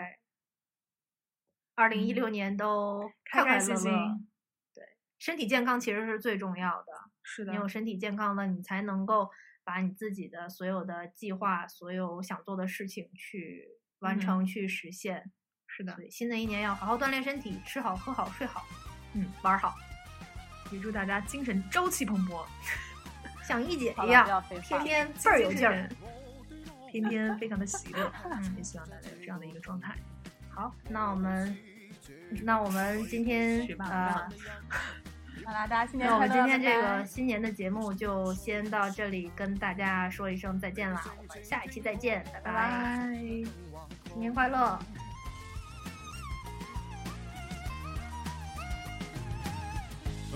[SPEAKER 1] 二零一六年都
[SPEAKER 2] 开
[SPEAKER 1] 开
[SPEAKER 2] 开
[SPEAKER 1] 开
[SPEAKER 2] 心
[SPEAKER 1] 心
[SPEAKER 2] 心
[SPEAKER 1] 心，对，身体健康其实是最重要的。
[SPEAKER 2] 是的
[SPEAKER 1] 你，有身体健康了，你才能够把你自己的所有的计划、所有想做的事情去完成、去实现。
[SPEAKER 2] 是的
[SPEAKER 1] 所。以新的一年要好好锻炼身体，吃好、喝好、睡好，
[SPEAKER 2] 嗯，
[SPEAKER 1] 玩儿好，
[SPEAKER 2] 也祝大家精神朝气蓬勃，
[SPEAKER 1] 像一姐
[SPEAKER 3] 好
[SPEAKER 1] 一
[SPEAKER 3] 了，
[SPEAKER 1] 样，
[SPEAKER 3] 不要废话
[SPEAKER 1] 天
[SPEAKER 3] 了，
[SPEAKER 1] 天倍儿有劲儿。，
[SPEAKER 2] 天天非常的喜乐。嗯，也希望大家有这样的一个状态。
[SPEAKER 1] 好，那我们，嗯那我们今天
[SPEAKER 2] 学霸
[SPEAKER 1] 呃，
[SPEAKER 3] 好啦，大家新年
[SPEAKER 1] 那我
[SPEAKER 3] 快
[SPEAKER 1] 们
[SPEAKER 3] 乐！
[SPEAKER 1] 今天
[SPEAKER 3] 拜
[SPEAKER 1] 这
[SPEAKER 3] 拜
[SPEAKER 1] 个新年的节目就先到这里，跟大家说一声再见啦，我们下一期再见，拜
[SPEAKER 2] 拜
[SPEAKER 1] 拜，
[SPEAKER 2] 拜。
[SPEAKER 1] 新年快乐。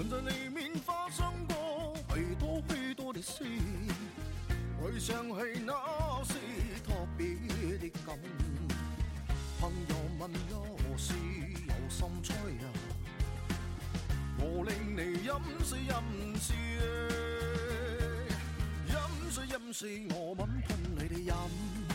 [SPEAKER 5] 在里面發生過許多許多的事，回想起那是特別的感覺。問何時有心吹啊？我令你飲死飲死啊，飲死飲死我吻噴你哋飲。